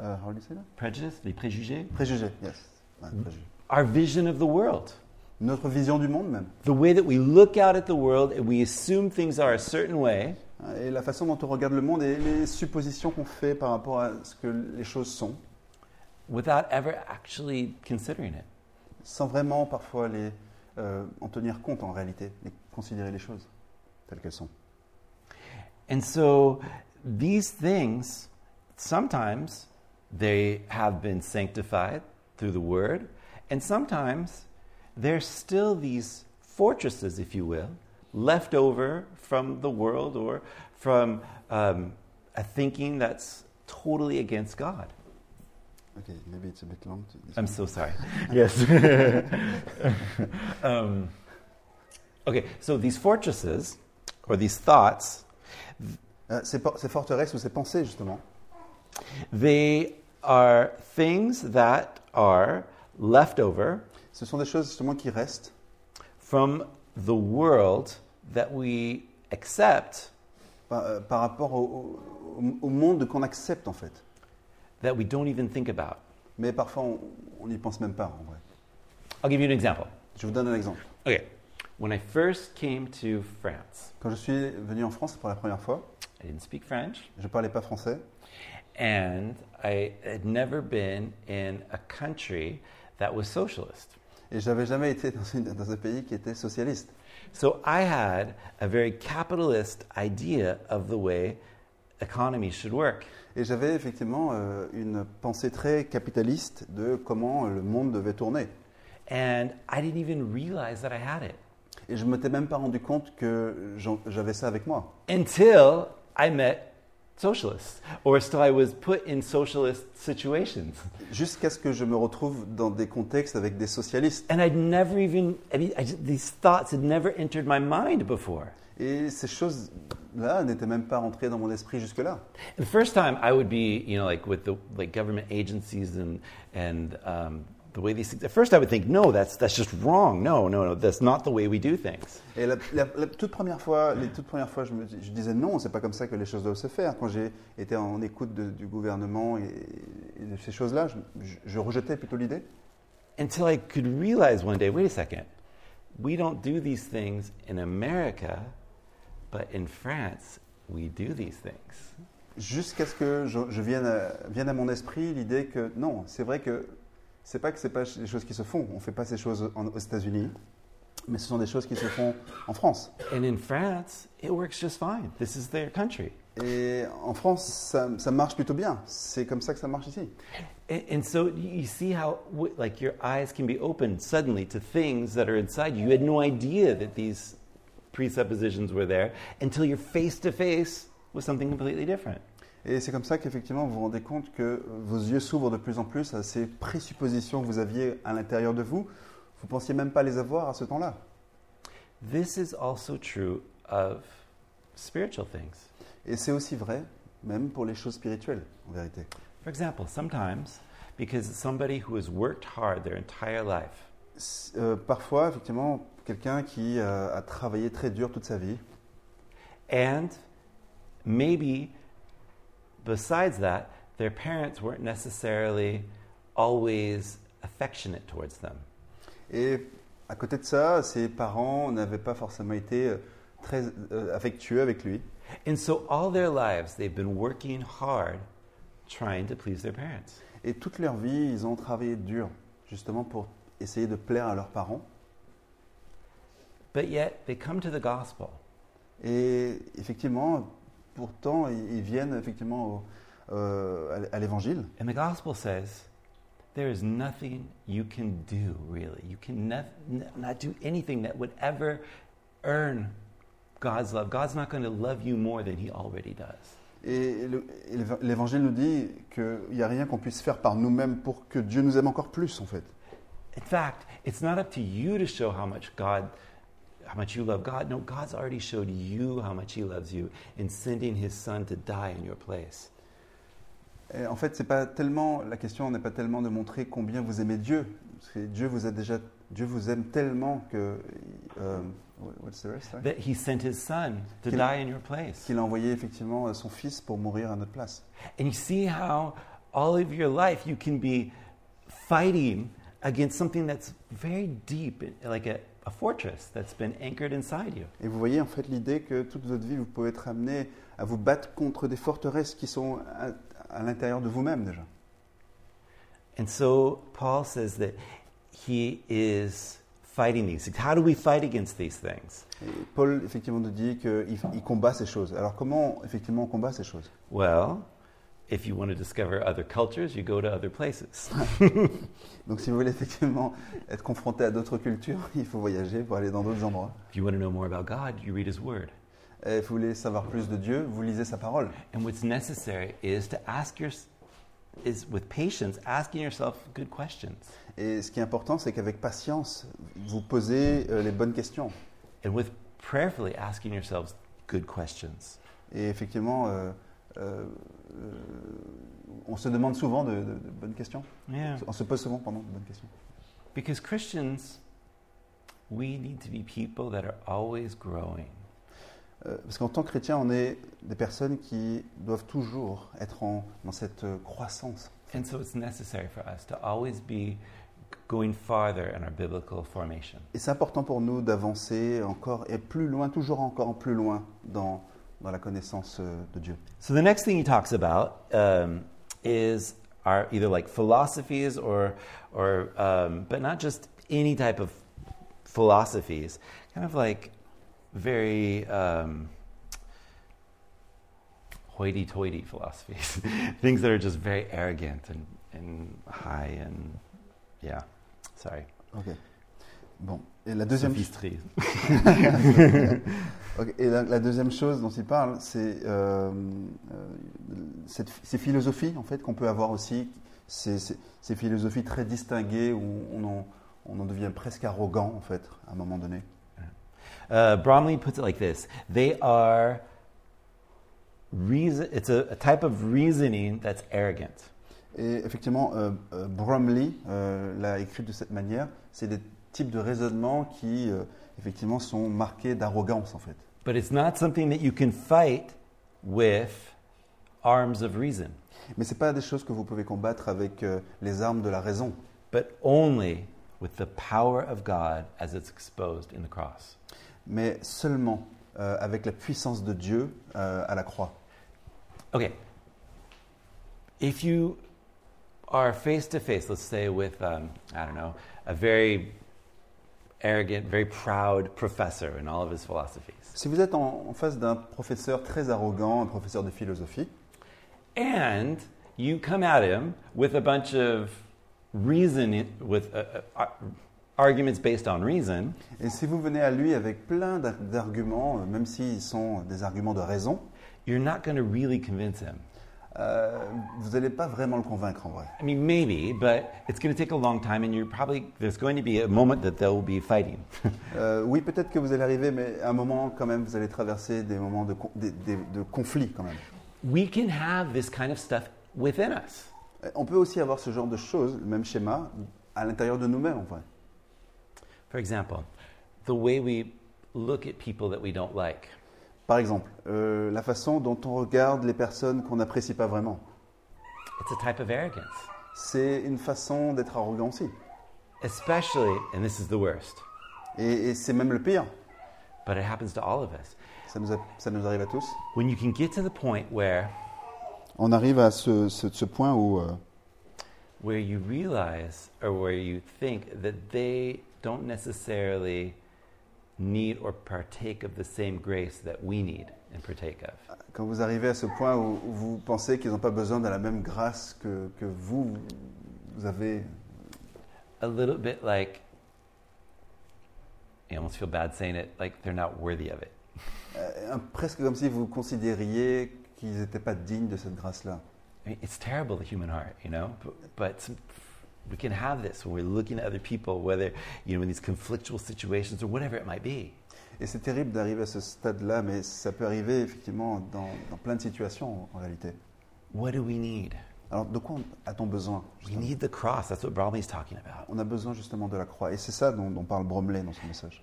Speaker 2: Euh, how do you say that?
Speaker 1: Prejudice, les préjugés.
Speaker 2: Préjugés, yes. Ouais, préjugés.
Speaker 1: Our vision of the world.
Speaker 2: Notre vision du monde même.
Speaker 1: The way that we look out at the world and we assume things are a certain way,
Speaker 2: hein, Et la façon dont on regarde le monde et les suppositions qu'on fait par rapport à ce que les choses sont,
Speaker 1: without ever actually considering it.
Speaker 2: sans vraiment parfois les, euh, en tenir compte en réalité, et considérer les choses telles qu'elles sont.
Speaker 1: And so these things, sometimes they have been sanctified through the word, and sometimes there's still these fortresses, if you will, left over from the world or from um, a thinking that's totally against God.
Speaker 2: Ok, maybe it's a bit long. to-
Speaker 1: I'm so sorry. yes. um, okay, so these fortresses or these thoughts,
Speaker 2: Euh, ces, por- ces forteresses ou ces pensées justement,
Speaker 1: they are things that are left over
Speaker 2: ce sont des choses justement qui restent
Speaker 1: from the world that we accept
Speaker 2: par, euh, par rapport au, au- au monde qu'on accepte en fait.
Speaker 1: that we don't even think about.
Speaker 2: Mais parfois on n'y pense même pas en vrai.
Speaker 1: I'll give you an example.
Speaker 2: Je vous donne un exemple.
Speaker 1: Okay, when I first came to France,
Speaker 2: Quand je suis venu en France pour la première fois,
Speaker 1: I didn't speak French.
Speaker 2: je ne parlais pas français
Speaker 1: And I had never been in a country that was socialist.
Speaker 2: et j'avais jamais été dans, une- dans un pays qui était socialiste.
Speaker 1: So I had a very capitalist idea of the way economies should work.
Speaker 2: Et j'avais effectivement euh, une pensée très capitaliste de comment le monde devait tourner.
Speaker 1: And I didn't even realize that I had it
Speaker 2: Et je ne m'étais même pas rendu compte que j'en- j'avais ça avec moi.
Speaker 1: until I met socialists, or until I was put in socialist situations.
Speaker 2: Jusqu'à ce que je me retrouve dans des contextes avec des socialistes.
Speaker 1: And I'd never even, I mean, I just- these thoughts had never entered my mind before.
Speaker 2: Et ces choses-là n'étaient même pas rentrées dans mon esprit jusque-là.
Speaker 1: The first time I would be, you know, like with the like government agencies and and um, the way these things. At first, I would think, no, that's that's just wrong. No, no, no, that's not the way we do things.
Speaker 2: Et la, la- la toute première fois, les toutes premières fois, je, me, dis- je disais non, c'est pas comme ça que les choses doivent se faire. Quand j'ai été en écoute de- du gouvernement et, et de ces choses-là, je, je- je rejetais plutôt l'idée.
Speaker 1: Until I could realize one day, wait a second, we don't do these things in America, but in France we do these things.
Speaker 2: Jusqu'à ce que je, je vienne, à, vienne à mon esprit l'idée que non, c'est vrai que c'est pas que c'est pas les choses qui se font. On fait pas ces choses en- aux États-Unis, mais ce sont des choses qui se font en France.
Speaker 1: And in France, it works just fine. This is their country.
Speaker 2: Et en France, ça, ça marche plutôt bien. C'est comme ça que ça marche ici.
Speaker 1: And, and so you see how, w- like, your eyes can be opened suddenly to things that are inside you. You had no idea that these presuppositions were there until you're face to face with something completely different.
Speaker 2: Et c'est comme ça qu'effectivement vous vous rendez compte que vos yeux s'ouvrent de plus en plus à ces présuppositions que vous aviez à l'intérieur de vous. Vous ne pensiez même pas les avoir à ce temps-là.
Speaker 1: This is also true of spiritual things.
Speaker 2: Et c'est aussi vrai, même pour les choses spirituelles, en vérité.
Speaker 1: For example, sometimes because somebody who has worked hard their entire life
Speaker 2: S- euh, parfois, effectivement, quelqu'un qui euh, a travaillé très dur toute sa vie,
Speaker 1: and maybe besides that, their parents weren't necessarily always affectionate towards them.
Speaker 2: et à côté de ça, ses parents n'avaient pas forcément été euh, très euh, affectueux avec lui.
Speaker 1: And so all their lives, they've been working hard trying to please their parents.
Speaker 2: Et toute leur vie, ils ont travaillé dur, justement pour essayer de plaire à leurs parents.
Speaker 1: But yet, they come to the gospel
Speaker 2: Et effectivement, pourtant, ils ils viennent effectivement au- euh, à l- à l'évangile.
Speaker 1: And the gospel says, there is nothing you can do, really. You can nev- n- not do anything that would ever earn God's love. God's not going to love you more than he already does.
Speaker 2: Et le- et l'éva- l'Évangile nous dit qu'il n'y a rien qu'on puisse faire par nous-mêmes pour que Dieu nous aime encore plus, en fait.
Speaker 1: In fact, it's not up to you to show how much God, how much you love God. No, God's already showed you how much He loves you in sending His Son to die in your place.
Speaker 2: Et en fait, c'est pas tellement la question n'est pas tellement de montrer combien vous aimez Dieu. Parce que Dieu vous a déjà, Dieu vous aime tellement que euh, what's the rest, sorry?
Speaker 1: That He sent His Son to
Speaker 2: Can-
Speaker 1: die in your place.
Speaker 2: qu'il a envoyé effectivement son Fils pour mourir à notre place.
Speaker 1: And you see how all of your life you can be fighting against something that's very deep, like a, a fortress that's been anchored inside you.
Speaker 2: Et vous voyez en fait l'idée que toute votre vie, vous pouvez être amené à vous battre contre des forteresses qui sont à, à l'intérieur de vous-même déjà.
Speaker 1: And so Paul says that he is fighting these. How do we fight against these things?
Speaker 2: Et Paul effectivement nous dit qu'il il combat ces choses. Alors comment effectivement on combat ces choses
Speaker 1: Well, if you want to discover other cultures, you go to other places.
Speaker 2: Donc si vous voulez effectivement être confronté à d'autres cultures, il faut voyager pour aller dans d'autres endroits.
Speaker 1: If you want to know more about God, you read his word.
Speaker 2: Et vous voulez savoir plus de Dieu, vous lisez sa parole.
Speaker 1: And what's necessary is to ask your is with patience asking yourself good questions.
Speaker 2: Et ce qui est important, c'est qu'avec patience, vous posez euh, les bonnes questions.
Speaker 1: And with prayerfully asking yourselves good questions.
Speaker 2: Et effectivement, euh, euh, euh, on se demande souvent de, de- de bonnes questions.
Speaker 1: Yeah.
Speaker 2: On se pose souvent, pardon, de bonnes questions.
Speaker 1: Because Christians we need to be people that are always growing.
Speaker 2: Euh, parce qu'en tant que chrétien, on est des personnes qui doivent toujours être en- dans cette euh, croissance.
Speaker 1: And so it's necessary for us to always be going farther in our biblical formation.
Speaker 2: Et c'est important pour nous d'avancer encore et plus loin, toujours encore plus loin dans, dans la connaissance euh, de Dieu.
Speaker 1: So the next thing he talks about um, is our either like philosophies or, or um, but not just any type of philosophies, kind of like very um, hoity-toity philosophies, things that are just very arrogant and, and high and yeah, sorry,
Speaker 2: Ok. Bon. Et la deuxième,
Speaker 1: sophisterie.
Speaker 2: Ok, Et la, la deuxième chose dont il parle, c'est euh, euh, cette- ces philosophies en fait qu'on peut avoir aussi, ces, ces- ces philosophies très distinguées où on en, on en devient presque arrogant en fait à un moment donné.
Speaker 1: Uh, Bromley puts it like this They are reason, it's a, a type of reasoning that's arrogant.
Speaker 2: Et effectivement, euh, euh, Bromley euh, l'a écrit de cette manière. C'est des types de raisonnements qui euh, effectivement sont marqués d'arrogance en fait.
Speaker 1: But it's not something that you can fight with arms of reason,
Speaker 2: Mais c'est pas des choses que vous pouvez combattre avec euh, les armes de la raison.
Speaker 1: but only with the power of God as it's exposed in the cross.
Speaker 2: mais seulement euh, avec la puissance de Dieu euh, à la croix.
Speaker 1: Okay. If you are face to face, let's say, with, um, I don't know, a very arrogant, very proud professor in all of his philosophies.
Speaker 2: Si vous êtes en, en face d'un professeur très arrogant, un professeur de philosophie,
Speaker 1: and you come at him with a bunch of reason with uh, uh, ar- arguments based on reason
Speaker 2: et si vous venez à lui avec plein d'ar- d'arguments, euh, même s'ils sont des arguments de raison,
Speaker 1: you're not going to really convince him
Speaker 2: euh, vous n'allez pas vraiment le convaincre en vrai.
Speaker 1: i mean maybe but it's going to take a long time and you're probably there's going to be a moment that they'll be fighting
Speaker 2: Euh, oui, peut-être que vous allez arriver, mais à un moment quand même, vous allez traverser des moments de, con- des- des- de conflit quand même.
Speaker 1: we can have this kind of stuff within us
Speaker 2: Euh, On peut aussi avoir ce genre de choses, le même schéma, à l'intérieur de nous-mêmes en vrai.
Speaker 1: for example the way we look at people that we don't like
Speaker 2: Par exemple, euh, la façon dont on regarde les personnes qu'on n'apprécie pas vraiment.
Speaker 1: it's a type of arrogance
Speaker 2: C'est une façon d'être arrogant aussi.
Speaker 1: especially and this is the worst
Speaker 2: Et, et c'est même le pire.
Speaker 1: but it happens to all of us
Speaker 2: Ça nous, a- ça nous arrive à tous.
Speaker 1: when you can get to the point where
Speaker 2: On arrive à ce, ce- ce point où euh,
Speaker 1: where you realize or where you think that they don't necessarily need or partake of the same grace that we need and partake of.
Speaker 2: quand vous arrivez à ce point où vous pensez qu'ils n'ont pas besoin de la même grâce que, que vous, vous avez.
Speaker 1: A little bit like, I almost feel bad saying it, like they're not worthy of it.
Speaker 2: euh, un- presque comme si vous considériez qu'ils n'étaient pas dignes de cette grâce-là.
Speaker 1: I mean, it's terrible, the human heart, you know? But, but some- we can have this when we're looking at other people, whether, you know, in these conflictual situations or whatever it might be.
Speaker 2: Et c'est terrible d'arriver à ce stade-là, mais ça peut arriver effectivement dans, dans plein de situations en réalité.
Speaker 1: What do we need?
Speaker 2: Alors de quoi a-t-on besoin
Speaker 1: We
Speaker 2: justement
Speaker 1: need the cross. That's what Brahmi's talking about.
Speaker 2: On a besoin justement de la croix. Et c'est ça dont, dont parle Bromley dans son message.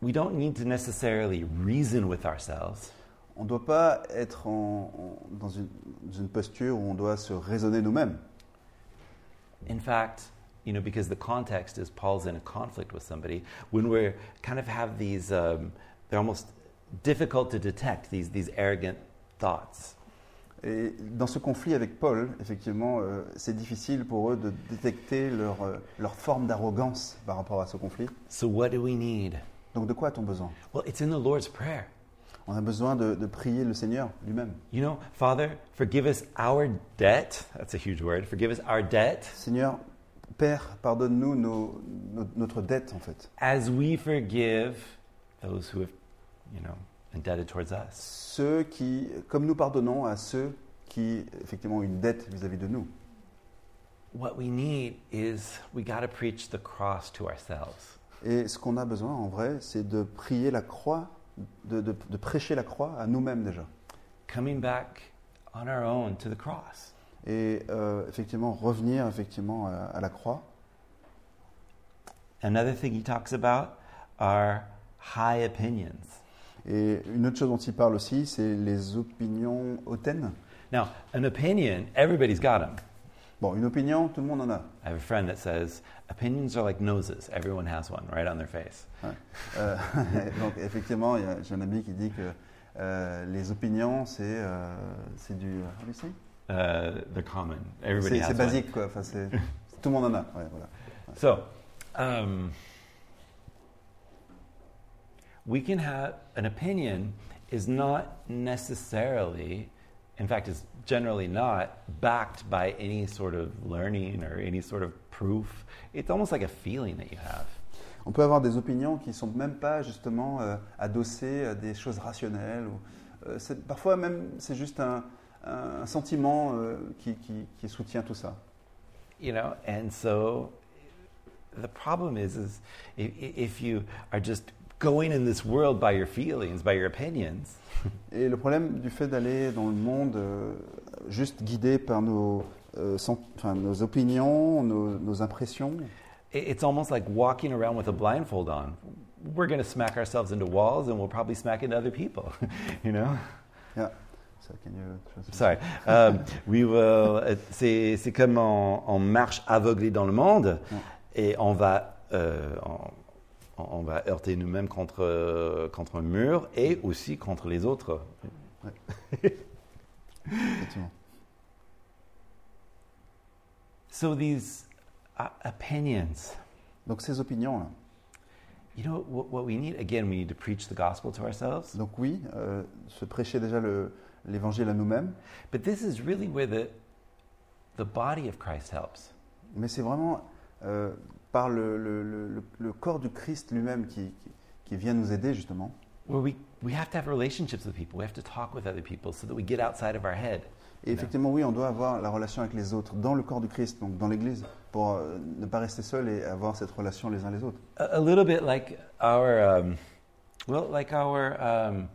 Speaker 1: We don't need to necessarily reason with ourselves.
Speaker 2: On ne doit pas être en- en- dans, une, dans une posture où on doit se raisonner nous-mêmes.
Speaker 1: In fact, you know, because the context is Paul's in a conflict with somebody, when we're kind of have these, um, they're almost difficult to detect, these, these arrogant thoughts.
Speaker 2: Et dans ce conflit avec Paul, effectivement, euh, c'est difficile pour eux de détecter leur, euh, leur forme d'arrogance par rapport à ce conflit.
Speaker 1: So, what do we need?
Speaker 2: Donc de quoi a-t-on besoin
Speaker 1: Well, it's in the Lord's Prayer.
Speaker 2: On a besoin de, de prier le Seigneur lui-même.
Speaker 1: You know, Father, forgive us our debt. That's a huge word. Forgive us our debt
Speaker 2: Seigneur, Père, pardonne-nous nos- nos- notre dette en fait.
Speaker 1: as we forgive those who have, you know, indebted towards us.
Speaker 2: Ceux qui, comme nous pardonnons à ceux qui effectivement ont une dette vis-à-vis de nous.
Speaker 1: What we need is we got to preach the cross to ourselves.
Speaker 2: Et ce qu'on a besoin en vrai, c'est de prier la croix, de, de- de prêcher la croix à nous-mêmes déjà.
Speaker 1: Coming back on our own to the cross.
Speaker 2: Et euh, effectivement revenir effectivement à- à la croix.
Speaker 1: Another thing he talks about are high opinions.
Speaker 2: Et une autre chose dont il parle aussi, c'est les opinions hautaines.
Speaker 1: Now, an opinion, everybody's got them.
Speaker 2: Bon, une opinion, tout le monde en a.
Speaker 1: I have a friend that says opinions are like noses. Everyone has one right on their face.
Speaker 2: Euh, donc effectivement, il y a- j'ai un ami qui dit que euh, les opinions, c'est euh, c'est du... ah oui, c'est-
Speaker 1: Uh, they're common. Everybody
Speaker 2: C'est
Speaker 1: has
Speaker 2: c'est
Speaker 1: one.
Speaker 2: basique, quoi. Enfin, c'est- tout le monde en a. Ouais, voilà.
Speaker 1: So, um, we can have an opinion is not necessarily, in fact, is generally not backed by any sort of learning or any sort of proof. It's almost like a feeling that you have.
Speaker 2: On peut avoir des opinions qui ne sont même pas justement euh, adossées à des choses rationnelles. Ou, euh, c'est- parfois même, c'est juste un, un sentiment euh, qui, qui- qui soutient tout ça.
Speaker 1: you know and so the problem is is i- i- if you are just going in this world by your feelings by your opinions
Speaker 2: Et le problème du fait d'aller dans le monde euh, juste guidé par nos, euh, sen- enfin, nos opinions, nos, nos impressions,
Speaker 1: i- it's almost like walking around with a blindfold on we're going to smack ourselves into walls and we'll probably smack into other people you know
Speaker 2: Ça, can you translate?
Speaker 1: sorry um, we will euh, c'est c'est comme on, on marche aveuglé dans le monde
Speaker 2: Ouais.
Speaker 1: et on va euh, on, on va heurter nous-mêmes contre, euh, contre un mur et aussi contre les autres.
Speaker 2: Effectivement.
Speaker 1: So these uh, opinions,
Speaker 2: Donc ces opinions là.
Speaker 1: you know what, what we need again, we need to preach the gospel to ourselves.
Speaker 2: Donc oui, euh, se prêcher déjà le- l'évangile à nous-mêmes,
Speaker 1: But this is really where the the body of Christ helps.
Speaker 2: mais c'est vraiment euh, par le, le- le- le- le corps du Christ lui-même qui, qui, qui vient nous aider justement.
Speaker 1: Where we, we have to have relationships with people. We have to talk with other people so that we get outside of our head.
Speaker 2: Et effectivement, oui, on doit avoir la relation avec les autres dans le corps du Christ, donc dans l'Église, pour euh, ne pas rester seul et avoir cette relation les uns les autres.
Speaker 1: A, a little bit like our um, well, like our um,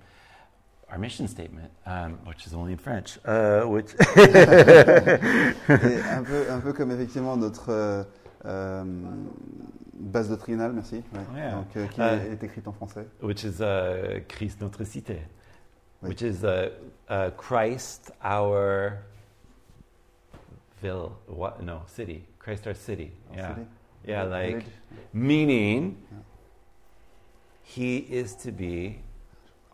Speaker 1: our mission statement, um, which is only in French, uh, which
Speaker 2: Et un peu, un peu comme effectivement notre euh, euh, base doctrinale, merci, ouais.
Speaker 1: Ouais.
Speaker 2: donc, euh, qui
Speaker 1: Euh,
Speaker 2: est écrite en français.
Speaker 1: which is uh, Christ notre cité,
Speaker 2: Oui.
Speaker 1: which is uh, uh, Christ our ville, what, no, city, Christ our city.
Speaker 2: Alors,
Speaker 1: yeah,
Speaker 2: c'est les-
Speaker 1: yeah,
Speaker 2: les-
Speaker 1: like
Speaker 2: les-
Speaker 1: meaning
Speaker 2: Yeah.
Speaker 1: He is to be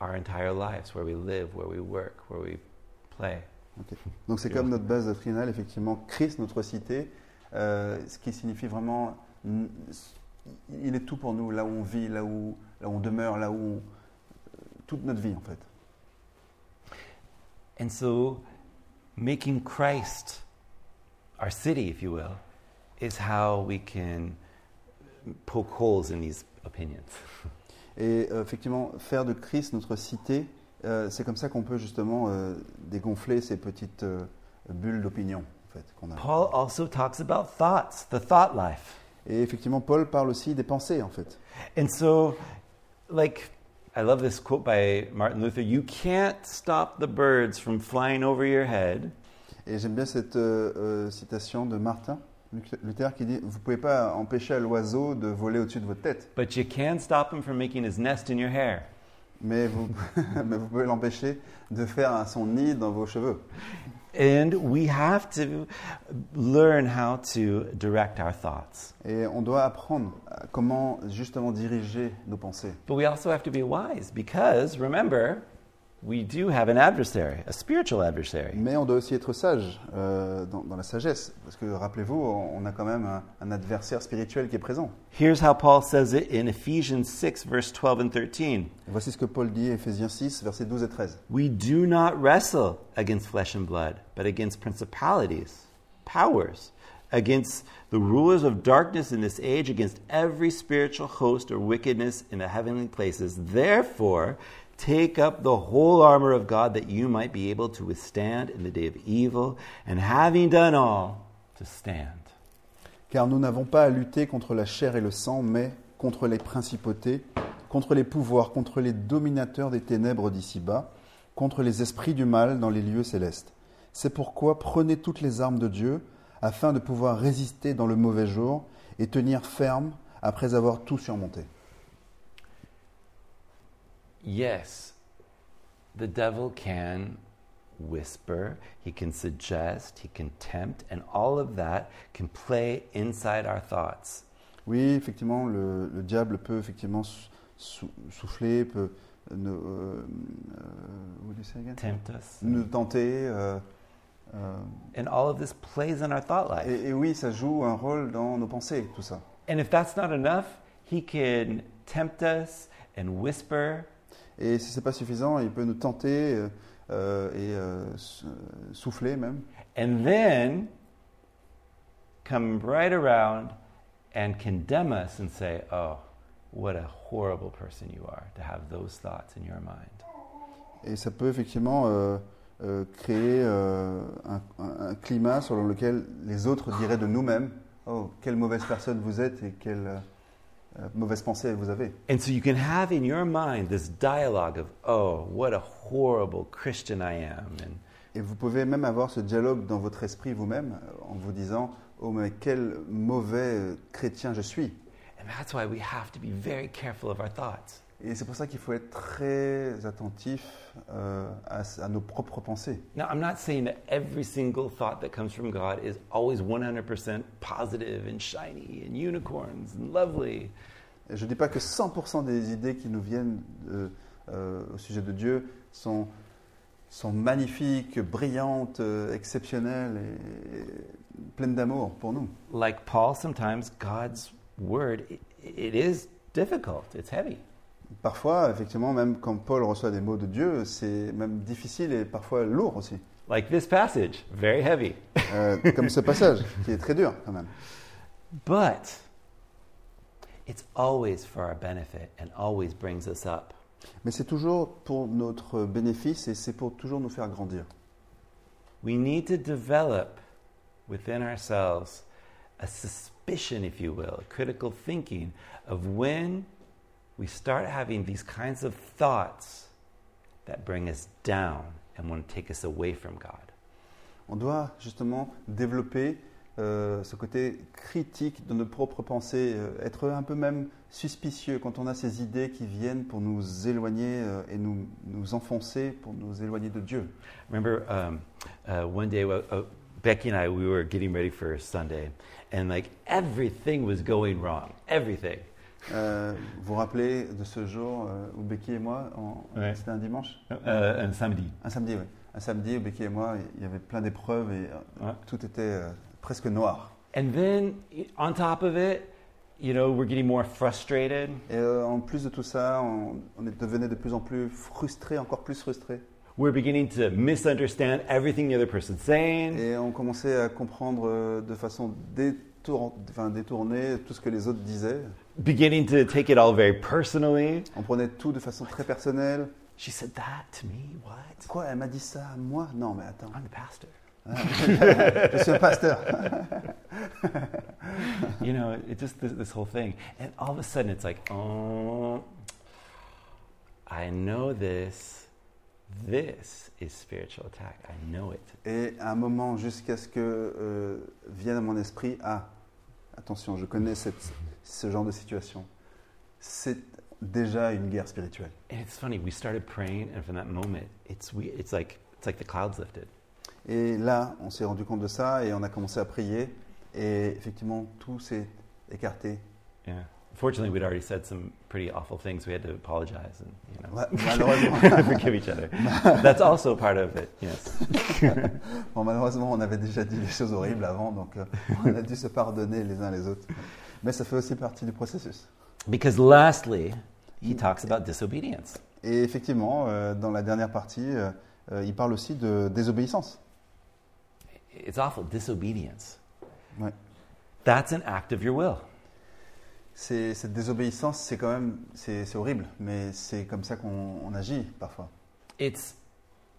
Speaker 1: our entire lives, where we live, where we work, where we play.
Speaker 2: Donc c'est
Speaker 1: Et
Speaker 2: comme
Speaker 1: voilà.
Speaker 2: notre base doctrinale, effectivement, Christ, notre cité, euh, ce qui signifie vraiment, mm, il est tout pour nous, là où on vit, là où, là où on demeure, là où on- toute notre vie en fait.
Speaker 1: And so, making Christ our city, if you will, is how we can poke holes in these opinions.
Speaker 2: Et euh, effectivement, faire de Christ notre cité, euh, c'est comme ça qu'on peut justement euh, dégonfler ces petites euh, bulles d'opinion en fait, qu'on a.
Speaker 1: Paul also talks about thoughts, the thought life.
Speaker 2: Et effectivement, Paul parle aussi des pensées en fait.
Speaker 1: And so, like, I love this quote by Martin Luther you can't stop the birds from flying over your head,
Speaker 2: Et j'aime bien cette euh, euh, citation de Martin Luther qui dit Vous pouvez pas empêcher à l'oiseau de voler au-dessus de votre tête,
Speaker 1: but you can stop him from making his nest in your hair.
Speaker 2: mais vous, mais vous pouvez l'empêcher de faire un- son nid dans vos cheveux.
Speaker 1: And we have to learn how to direct our thoughts.
Speaker 2: Et on doit apprendre à comment justement diriger nos pensées.
Speaker 1: But we also have to be wise because remember, we do have an adversary, a spiritual adversary.
Speaker 2: Mais on doit aussi être sage euh, dans, dans la sagesse, parce que rappelez-vous, on on a quand même un, un adversaire spirituel qui est présent.
Speaker 1: Here's how Paul says it in Ephesians 6, verse 12 and 13.
Speaker 2: Et voici ce que Paul dit, Éphésiens 6, versets 12 et 13.
Speaker 1: We do not wrestle against flesh and blood, but against principalities, powers, against the rulers of darkness in this age, against every spiritual host or wickedness in the heavenly places. Therefore, take up the whole armor of God that you might be able to withstand in the day of evil, and having done all, to stand.
Speaker 2: Car nous n'avons pas à lutter contre la chair et le sang, mais contre les principautés, contre les pouvoirs, contre les dominateurs des ténèbres d'ici-bas, contre les esprits du mal dans les lieux célestes. C'est pourquoi prenez toutes les armes de Dieu, afin de pouvoir résister dans le mauvais jour et tenir ferme après avoir tout surmonté.
Speaker 1: Yes, the devil can whisper, he can suggest, he can tempt, and all of that can play inside our thoughts.
Speaker 2: Oui, effectivement, le, le diable peut effectivement sou- sou- souffler, peut nous, euh, euh, what do you say again?
Speaker 1: Tempt us.
Speaker 2: nous tenter. euh, euh,
Speaker 1: And all of this plays in our thought life.
Speaker 2: Et, et oui, ça joue un rôle dans nos pensées, tout ça.
Speaker 1: And if that's not enough, he can tempt us and whisper,
Speaker 2: Et si c'est pas suffisant, il peut nous tenter euh, euh, et euh, s- euh, souffler même,
Speaker 1: and then come right around and condemn us and say, Oh, what a horrible person you are to have those thoughts in your mind.
Speaker 2: et ça peut effectivement euh, euh, créer euh, un, un- un climat selon lequel les autres diraient de nous-mêmes Oh, quelle mauvaise personne vous êtes et quelle euh, euh, mauvaise pensée vous avez.
Speaker 1: And so you can have in your mind this dialogue of, oh, what a horrible Christian I am. And,
Speaker 2: Et vous pouvez même avoir ce dialogue dans votre esprit vous-même euh, en vous disant Oh, mais quel mauvais euh, chrétien je suis.
Speaker 1: and that's why we have to be very careful of our thoughts.
Speaker 2: Et c'est pour ça qu'il faut être très attentif euh, à, à nos propres pensées.
Speaker 1: Now, I'm not saying that every single thought that comes from God is always 100% positive and shiny and unicorns and lovely.
Speaker 2: Et Je ne dis pas que 100% des idées qui nous viennent euh, euh, au sujet de Dieu sont, sont magnifiques, brillantes, euh, exceptionnelles et, et pleines d'amour pour nous.
Speaker 1: Like Paul, sometimes God's word, i it is difficult, it's heavy.
Speaker 2: Parfois, effectivement, même quand Paul reçoit des mots de Dieu, c'est même difficile et parfois lourd aussi,
Speaker 1: Like this passage, very heavy.
Speaker 2: Euh, comme ce passage qui est très dur quand même.
Speaker 1: But it's always for our benefit and always brings us up.
Speaker 2: Mais c'est toujours pour notre bénéfice et c'est pour toujours nous faire grandir.
Speaker 1: We need to develop within ourselves a suspicion, if you will, a critical thinking of when we start having these kinds of thoughts that bring us down and want to take us away from God.
Speaker 2: On doit justement développer euh, ce côté critique de nos propres pensées, euh, être un peu même suspicieux quand on a ces idées qui viennent pour nous éloigner euh, et nous, nous enfoncer, pour nous éloigner de Dieu.
Speaker 1: Remember um, uh, one day, uh, uh, Becky and I, we were getting ready for Sunday, and like everything was going wrong. Everything.
Speaker 2: Euh, vous vous rappelez de ce jour euh, où Becky et moi, on-
Speaker 1: Ouais.
Speaker 2: c'était un dimanche
Speaker 1: Uh, and samedi.
Speaker 2: Un samedi, oui. Un samedi où Becky et moi, il y avait plein d'épreuves et euh,
Speaker 1: Ouais.
Speaker 2: tout était euh, presque noir.
Speaker 1: uh, And then y- on top of it, you know, we're getting more frustrated.
Speaker 2: Et euh, en plus de tout ça, on, on devenait de plus en plus frustrés, encore plus frustrés.
Speaker 1: We're beginning to misunderstand everything the other person's saying.
Speaker 2: Et on commençait à comprendre euh, de façon détour- enfin, détournée tout ce que les autres disaient.
Speaker 1: beginning to take it all very personally.
Speaker 2: On prenait tout de façon très personnelle.
Speaker 1: She said that to me? What?
Speaker 2: Quoi, elle m'a dit ça à moi Non, mais attends,
Speaker 1: I'm the pastor.
Speaker 2: je suis un pasteur.
Speaker 1: you know, it, it just this, this whole thing. And all of a sudden, it's like, oh, I know this. This is spiritual attack. I know it.
Speaker 2: Et à un moment, jusqu'à ce que euh, vienne à mon esprit, ah, attention, je connais cette- ce genre de situation. C'est déjà une guerre spirituelle.
Speaker 1: And it's funny. We started praying, and from that moment, it's we. It's like it's like the clouds lifted.
Speaker 2: Et là, on s'est rendu compte de ça et on a commencé à prier. Et effectivement, tout s'est écarté.
Speaker 1: Yeah. Fortunately, we'd already said some pretty awful things. We had to apologize and you know
Speaker 2: Ma- Malheureusement,
Speaker 1: forgive each other. That's also part of it. Yes.
Speaker 2: bon, malheureusement, on avait déjà dit des choses horribles avant, donc euh, on a dû se pardonner les uns les autres. Mais ça fait aussi partie du processus.
Speaker 1: Because lastly, he talks about disobedience.
Speaker 2: Et effectivement, euh, dans la dernière partie, euh, euh, il parle aussi de désobéissance.
Speaker 1: It's awful. Disobedience.
Speaker 2: Ouais.
Speaker 1: That's an act of your will.
Speaker 2: C'est- Cette désobéissance, c'est quand même, c'est c'est horrible, mais c'est comme ça qu'on on agit parfois.
Speaker 1: It's,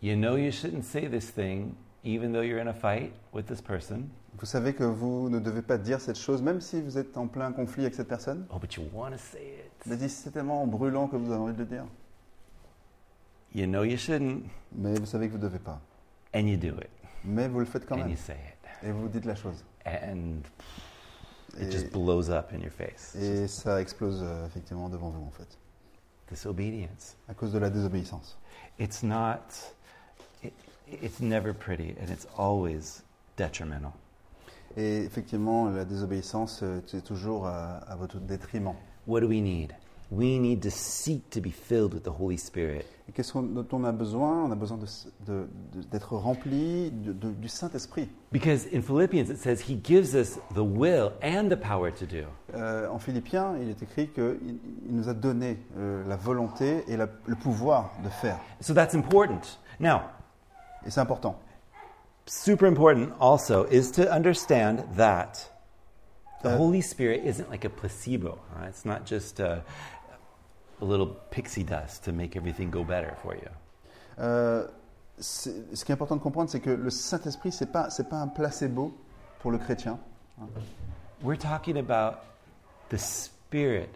Speaker 1: you know, you shouldn't say this thing, even though you're in a fight with this person.
Speaker 2: Vous savez que vous ne devez pas dire cette chose, même si vous êtes en plein conflit avec cette personne.
Speaker 1: Oh, but you want to say it.
Speaker 2: Mais si c'est tellement brûlant que vous avez envie de le dire.
Speaker 1: You know you shouldn't,
Speaker 2: Mais vous savez que vous ne devez pas.
Speaker 1: and you do it,
Speaker 2: Mais vous le faites quand
Speaker 1: and you
Speaker 2: même.
Speaker 1: say it,
Speaker 2: Et vous dites la chose.
Speaker 1: and it just
Speaker 2: Et,
Speaker 1: blows up in your face. It's just
Speaker 2: et ça explose euh, effectivement devant vous, en fait.
Speaker 1: disobedience.
Speaker 2: À cause de la désobéissance.
Speaker 1: It's not. It, it's never pretty, and it's always detrimental.
Speaker 2: Et effectivement, la désobéissance, euh, c'est toujours à, à votre détriment.
Speaker 1: What do we need? We need to seek to be filled with the Holy Spirit.
Speaker 2: Et qu'est-ce qu'on- dont on a besoin On a besoin de s- de- de- d'être rempli de- de- du Saint-Esprit.
Speaker 1: Because in Philippians it says he gives us the will and the power to do.
Speaker 2: Euh, en Philippiens, il est écrit qu'il il nous a donné euh, la volonté et la- le pouvoir de faire.
Speaker 1: So that's important. Now,
Speaker 2: Et c'est important.
Speaker 1: super important also is to understand that the
Speaker 2: Uh,
Speaker 1: Holy Spirit isn't like a placebo. huh? It's not just a, a little pixie dust to make everything go better for you.
Speaker 2: Euh, c'est- ce qui est important de comprendre, c'est que le Saint-Esprit, ce n'est pas, c'est pas un placebo pour le chrétien.
Speaker 1: We're talking about the Spirit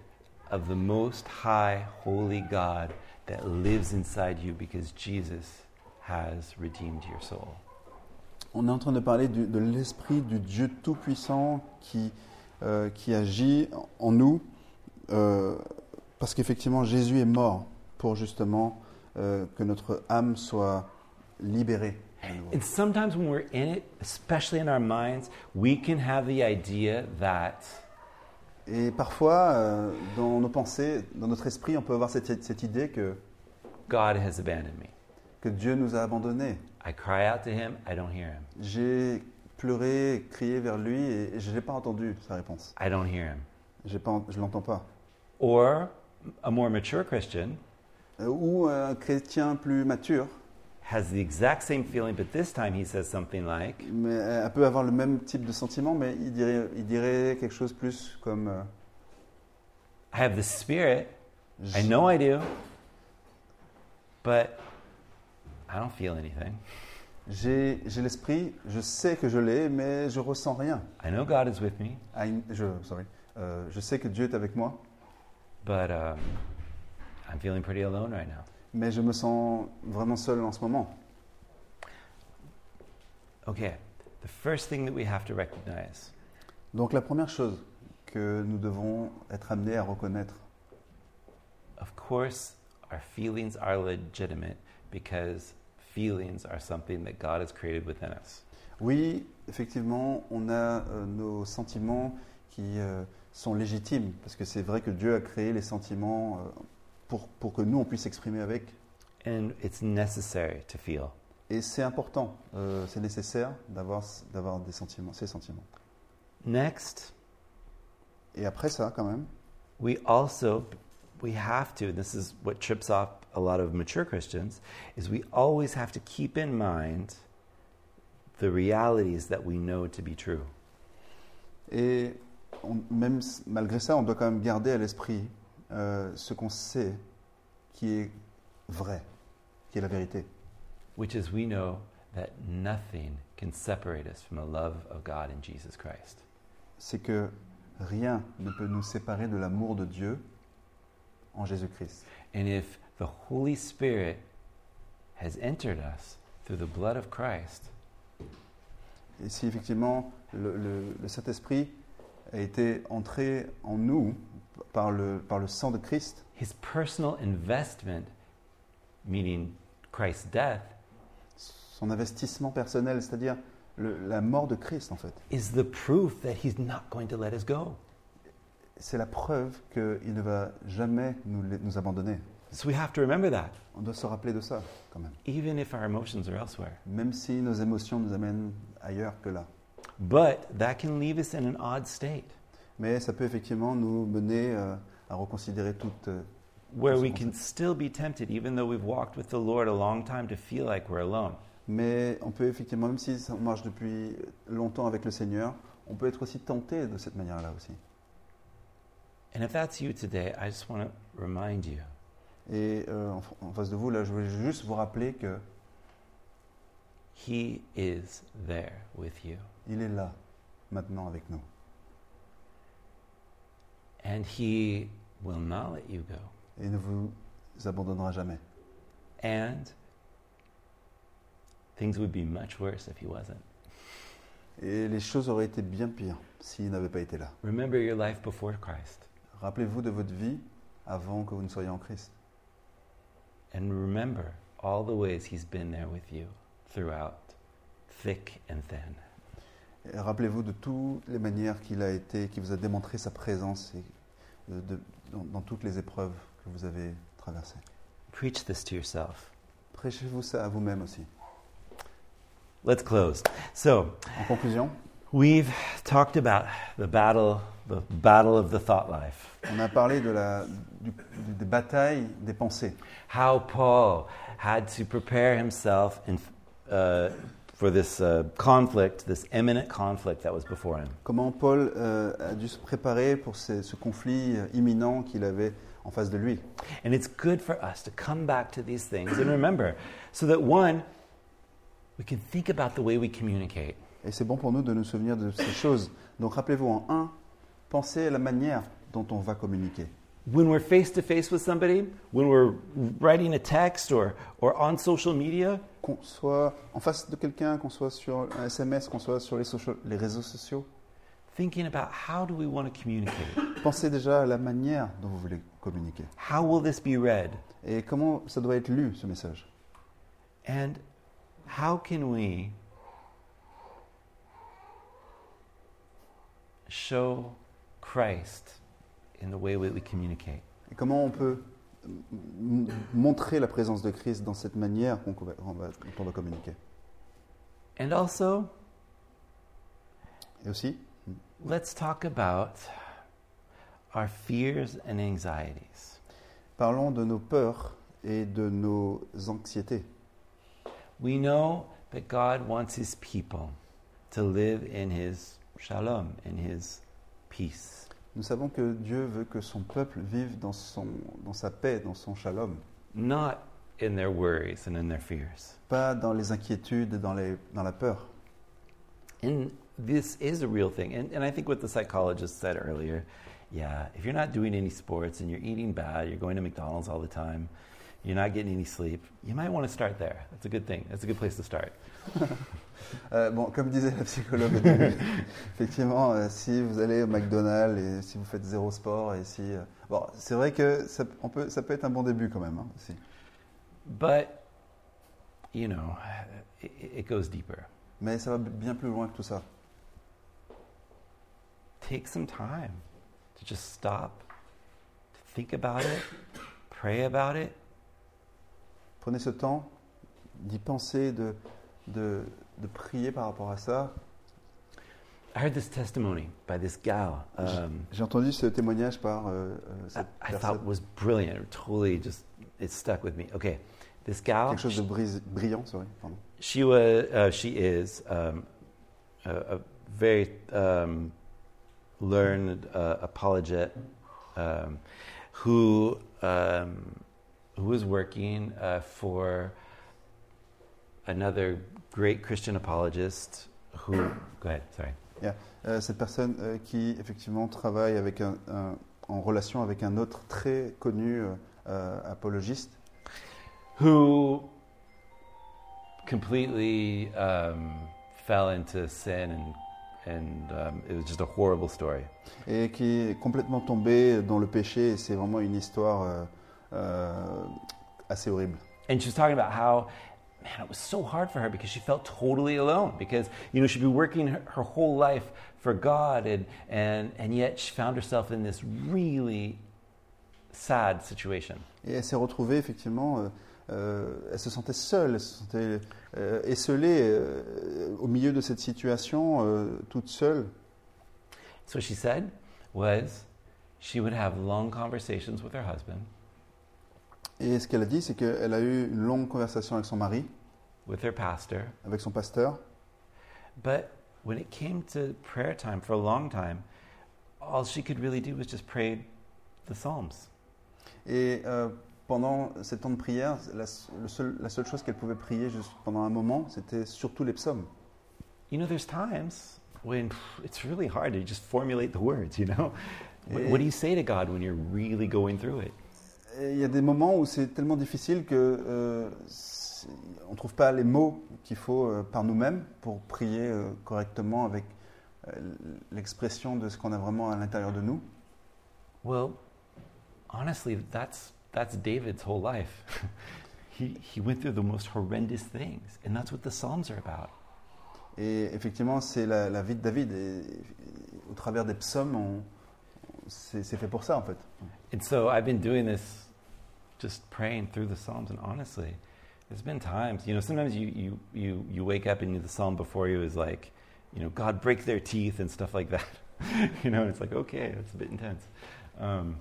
Speaker 1: of the Most High Holy God that lives inside you because Jesus has redeemed your soul.
Speaker 2: On est en train de parler du- de l'Esprit du Dieu Tout-Puissant qui, euh, qui agit en nous, euh, parce qu'effectivement, Jésus est mort pour justement euh, que notre âme soit libérée. à nouveau.
Speaker 1: And sometimes when we're in it, especially in our minds, we can have the idea that
Speaker 2: Et parfois, euh, dans nos pensées, dans notre esprit, on peut avoir cette, cette idée que,
Speaker 1: God has abandoned me.
Speaker 2: que Dieu nous a abandonnés.
Speaker 1: I cry out to him, I don't hear him.
Speaker 2: J'ai pleuré, crié vers lui et je n'ai pas entendu sa réponse.
Speaker 1: I don't hear him.
Speaker 2: J'ai pas, en- je l'entends pas.
Speaker 1: Or a more mature Christian
Speaker 2: Euh, Ou un chrétien plus mature
Speaker 1: has the exact same feeling, but this time he says something like,
Speaker 2: mais, euh, peut avoir le même type de sentiment, mais il dirait, il dirait quelque chose plus comme euh,
Speaker 1: I have the Spirit,
Speaker 2: j-
Speaker 1: I know I do, but I don't feel anything.
Speaker 2: j'ai j'ai l'esprit, je sais que je l'ai, mais je ressens rien.
Speaker 1: I know God is with me,
Speaker 2: Ah, il- je, sorry. Euh, je sais que Dieu est avec moi,
Speaker 1: but um, I'm feeling pretty alone right now.
Speaker 2: mais je me sens vraiment seul en ce moment.
Speaker 1: Okay, the first thing that we have to recognize
Speaker 2: Donc la première chose que nous devons être amenés à reconnaître,
Speaker 1: Of course, our feelings are legitimate because feelings are something that God has created within us.
Speaker 2: Oui, effectivement, on a euh, nos sentiments qui euh, sont légitimes, parce que c'est vrai que Dieu a créé les sentiments euh, pour, pour que nous, on puisse s'exprimer avec.
Speaker 1: And it's necessary to feel.
Speaker 2: Et c'est important, euh, c'est nécessaire d'avoir d'avoir des sentiments, ces sentiments.
Speaker 1: Next,
Speaker 2: Et après ça, quand même,
Speaker 1: we also we have to, and this is what trips off a lot of mature Christians, is we always have to keep in mind the realities that we know to be true.
Speaker 2: et on- même s- malgré ça, on doit quand même garder à l'esprit euh, ce qu'on sait qui est vrai. qui est la vérité.
Speaker 1: which is we know that nothing can separate us from the love of God in Jesus Christ.
Speaker 2: C'est que rien ne peut nous séparer de l'amour de Dieu en Jésus-Christ.
Speaker 1: And if the Holy Spirit has entered us through the blood of Christ,
Speaker 2: Et si effectivement le, le- le Saint-Esprit a été entré en nous par le, par le sang de Christ,
Speaker 1: his personal investment, meaning Christ's death,
Speaker 2: son investissement personnel, c'est-à-dire le- la mort de Christ en fait,
Speaker 1: is the proof that he's not going to let us go.
Speaker 2: c'est la preuve qu'il ne va jamais nous, la- nous abandonner.
Speaker 1: So we have to remember that,
Speaker 2: On doit se rappeler de ça quand même,
Speaker 1: even if our emotions are elsewhere.
Speaker 2: même si nos émotions nous amènent ailleurs que là.
Speaker 1: But that can leave us in an odd state
Speaker 2: Mais ça peut effectivement nous mener euh, à reconsidérer toute... euh,
Speaker 1: where we can still be tempted, even though we've walked with the Lord a long time, to feel like we're alone.
Speaker 2: mais on peut effectivement, même si on marche depuis longtemps avec le Seigneur, on peut être aussi tenté de cette manière-là aussi.
Speaker 1: And if that's you today, I just want to remind you
Speaker 2: Et euh, en, f- en face de vous, là, je voulais juste vous rappeler que
Speaker 1: He is there with you.
Speaker 2: il est là, maintenant avec nous.
Speaker 1: And He will not let you go.
Speaker 2: Et il ne vous abandonnera jamais.
Speaker 1: And things would be much worse if He wasn't.
Speaker 2: Et les choses auraient été bien pires s'il n'avait pas été là.
Speaker 1: Remember your life before Christ.
Speaker 2: Rappelez-vous de votre vie avant que vous ne soyez en Christ.
Speaker 1: And remember all the ways He's been there with you throughout, thick and thin.
Speaker 2: Et Rappelez-vous de toutes les manières qu'il a été, qu'il vous a démontré sa présence et de- de- dans, dans toutes les épreuves que vous avez traversées.
Speaker 1: Preach this to yourself.
Speaker 2: Prêchez-vous ça à vous-même aussi.
Speaker 1: Let's close. So,
Speaker 2: En conclusion,
Speaker 1: we've talked about the battle, the battle of the thought life.
Speaker 2: on a parlé de la, du- du- des batailles des pensées.
Speaker 1: how Paul had to prepare himself in, uh, for this uh, conflict, this imminent conflict that was before him.
Speaker 2: Comment Paul euh, a dû se préparer pour ces- ce conflit euh, imminent qu'il avait en face de lui.
Speaker 1: And it's good for us to come back to these things and remember so that one, we can think about the way we communicate.
Speaker 2: Et c'est bon pour nous de nous souvenir de ces choses. Donc rappelez-vous en un, pensez à la manière dont on va communiquer.
Speaker 1: When we're face to face with somebody, when we're writing a text or, or on social media,
Speaker 2: Qu'on soit en face de quelqu'un, qu'on soit sur un SMS, qu'on soit sur les, socia- les réseaux sociaux,
Speaker 1: thinking about how do we want to communicate?
Speaker 2: pensez déjà à la manière dont vous voulez communiquer.
Speaker 1: How will this be read?
Speaker 2: Et comment ça doit être lu, ce message
Speaker 1: And how can we show Christ in the way that we communicate?
Speaker 2: Et comment on peut m- m- montrer la présence de Christ dans cette manière qu'on qu'on va- dont on va communiquer
Speaker 1: And also,
Speaker 2: Et aussi,
Speaker 1: let's talk about our fears and anxieties.
Speaker 2: Parlons de nos peurs et de nos anxiétés.
Speaker 1: We know that God wants his people to live in his shalom, in his peace.
Speaker 2: Nous savons que Dieu veut que son peuple vive dans, son, dans sa paix, dans son shalom,
Speaker 1: Not in their worries and in their fears.
Speaker 2: pas dans les inquiétudes, et dans, les, dans la peur.
Speaker 1: And this is a real thing. And, and I think what the psychologist said earlier yeah, if you're not doing any sports and you're eating bad, you're going to McDonald's all the time, you're not getting any sleep, you might want to start there. That's a good thing. That's a good place to start.
Speaker 2: Euh, bon, comme disait la psychologue au début, effectivement, euh, si vous allez au McDonald's et si vous faites zéro sport, et si. euh, bon, c'est vrai que ça, on peut, ça peut être un bon début quand même. hein, aussi.
Speaker 1: But, you know, it, it goes deeper.
Speaker 2: Mais ça va b- bien plus loin que tout ça.
Speaker 1: Take some time to just stop, to think about it, pray about it,
Speaker 2: Prenez ce temps d'y penser, de, de, de prier par rapport à ça.
Speaker 1: I heard this testimony by this gal. Um,
Speaker 2: J'ai entendu ce témoignage par euh, euh,
Speaker 1: I,
Speaker 2: cette
Speaker 1: I
Speaker 2: personne.
Speaker 1: thought was brilliant. It totally just it stuck with me. Okay, this gal,
Speaker 2: Quelque chose de bris- brillant, c'est vrai. pardon.
Speaker 1: she was, uh, she is um, a, a very um, learned uh, apologet um, who um, who is working uh, for another great Christian apologist who. Go ahead, sorry.
Speaker 2: Euh, cette personne euh, qui effectivement travaille avec un- un- en relation avec un autre très connu euh, euh, apologiste
Speaker 1: Who completely um, fell into sin and, and um, it was just a horrible story.
Speaker 2: et qui est complètement tombé dans le péché. Et c'est vraiment une histoire euh, euh, assez horrible.
Speaker 1: And she was talking about how, man, it was so hard for her because she felt totally alone because, you know, she'd been working her, her whole life for God and, and, and yet she found herself in this really sad situation.
Speaker 2: Et elle s'est retrouvée effectivement, euh, euh, elle se sentait seule, elle se sentait euh, esselée euh, au milieu de cette situation, euh, toute seule.
Speaker 1: So what she said was she would have long conversations with her husband,
Speaker 2: Et ce qu'elle a dit, c'est qu'elle a eu une longue conversation avec son mari,
Speaker 1: with her pastor,
Speaker 2: avec son pasteur.
Speaker 1: but when it came to prayer time for a long time, all she could really do was just pray the Psalms.
Speaker 2: Et euh, pendant ces temps de prière, la, le seul- la seule chose qu'elle pouvait prier juste pendant un moment, c'était surtout les psaumes.
Speaker 1: You know, there's times when pff, it's really hard to just formulate the words, you know? What,
Speaker 2: Yeah.
Speaker 1: what do you say to God when you're really going through it?
Speaker 2: Et il y a des moments où c'est tellement difficile que euh, c'est- on ne trouve pas les mots qu'il faut euh, par nous-mêmes pour prier euh, correctement avec euh, l'expression de ce qu'on a vraiment à l'intérieur de nous.
Speaker 1: Well, honestly, that's, that's David's whole life. he, he went through the most horrendous things, and that's what the Psalms are about.
Speaker 2: Et effectivement, c'est la, la vie de David. Et, et au travers des psaumes, on- c'est c'est fait pour ça en fait.
Speaker 1: And so I've been doing this, just praying through the Psalms. And honestly, there's been times, you know, sometimes you, you, you, you wake up and the Psalm before you is like, you know, God break their teeth and stuff like that. you know, and it's like, okay, that's a bit intense. Um,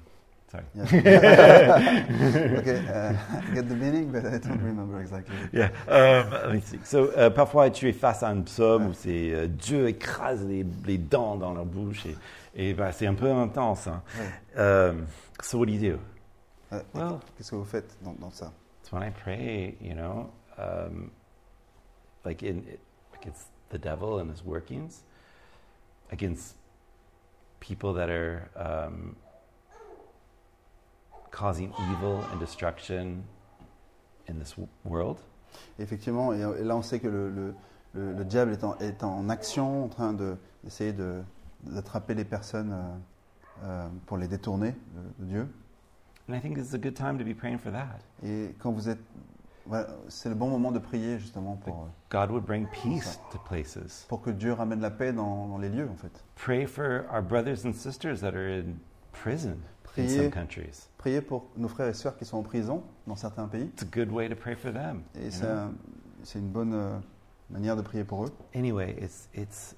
Speaker 1: sorry.
Speaker 2: Yeah. okay, uh, I get the meaning, but I don't remember exactly.
Speaker 1: Yeah. Um, let me see. So, euh, parfois, tu es face à un psaume où c'est euh, Dieu écrase les, les dents dans leur bouche et, et ben, c'est un peu intense. Hein.
Speaker 2: Ouais.
Speaker 1: Um, so, what do you do?
Speaker 2: Euh,
Speaker 1: Well,
Speaker 2: Qu'est-ce que vous faites dans, dans ça
Speaker 1: It's when I pray, you know, um, like in it, like it's the devil and his workings against people that are um, causing evil and destruction in this w- world.
Speaker 2: Effectivement, et, et là on sait que le, le- le- le diable est en, est en action, en train de- d'essayer de- d'attraper les personnes euh, euh, pour les détourner de, de Dieu.
Speaker 1: And I think this is a good time to be praying for that.
Speaker 2: Et quand vous êtes. voilà, c'est le bon moment de prier justement pour, euh,
Speaker 1: God would bring peace to places.
Speaker 2: pour que Dieu ramène la paix dans, dans les lieux en fait.
Speaker 1: Pray for our brothers and sisters that are in prison in some
Speaker 2: Prier.
Speaker 1: countries.
Speaker 2: Prier pour nos frères et sœurs qui sont en prison dans certains pays.
Speaker 1: It's a good way to pray for them.
Speaker 2: Et
Speaker 1: you
Speaker 2: c'est
Speaker 1: know?
Speaker 2: un- c'est une bonne euh, manière de prier pour eux.
Speaker 1: anyway, it's it's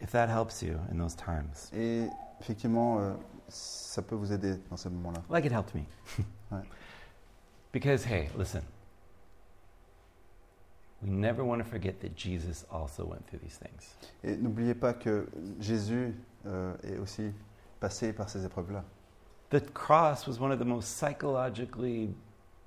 Speaker 1: if that helps you in those times,
Speaker 2: Et effectivement, euh, ça peut vous aider dans ce moment-là.
Speaker 1: like it helped me.
Speaker 2: Right.
Speaker 1: Because hey, listen, we never want to forget that Jesus also went through these things.
Speaker 2: Et n'oubliez pas que Jésus euh, est aussi passé par ces épreuves-là.
Speaker 1: The cross was one of the most psychologically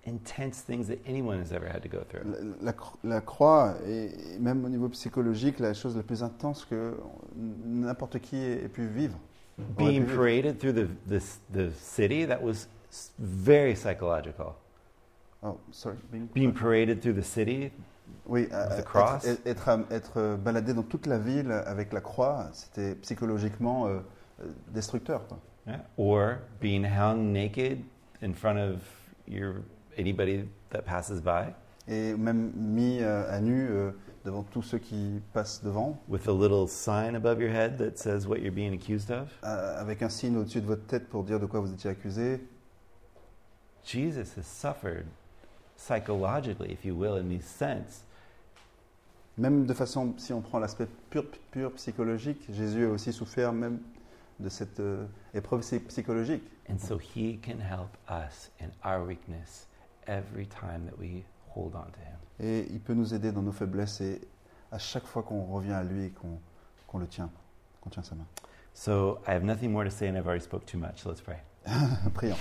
Speaker 1: intense things that anyone has ever had to go through.
Speaker 2: La, la cro- la croix, est, et même au niveau psychologique, la chose la plus intense que n'importe qui ait ait pu vivre. Aurait pu
Speaker 1: Being
Speaker 2: vivre.
Speaker 1: paraded through the the, the city that was s- very psychological.
Speaker 2: Oh, sorry.
Speaker 1: Being paraded through the city,
Speaker 2: Oui, euh,
Speaker 1: the
Speaker 2: être-
Speaker 1: cross.
Speaker 2: Être, être- être baladé dans toute la ville avec la croix, c'était psychologiquement euh, euh, destructeur. quoi.
Speaker 1: Yeah. Or being hung naked in front of your anybody that passes by
Speaker 2: Et même mis euh, à nu euh, devant tous ceux qui passent devant,
Speaker 1: with a little sign above your head that says what you're being accused of.
Speaker 2: euh, avec un signe au-dessus de votre tête pour dire de quoi vous étiez accusé.
Speaker 1: Jesus has suffered psychologically, if you will, in this sense.
Speaker 2: Même de façon, si on prend l'aspect pur, pur psychologique, Jésus a aussi souffert même de cette euh, épreuve psy- psychologique.
Speaker 1: And so he can help us in our weakness every time that we hold on to him.
Speaker 2: Et il peut nous aider dans nos faiblesses et à chaque fois qu'on revient à lui et qu'on qu'on le tient, qu'on tient sa main.
Speaker 1: So I have nothing more to say and I've already spoke too much, so let's pray.
Speaker 2: Prions.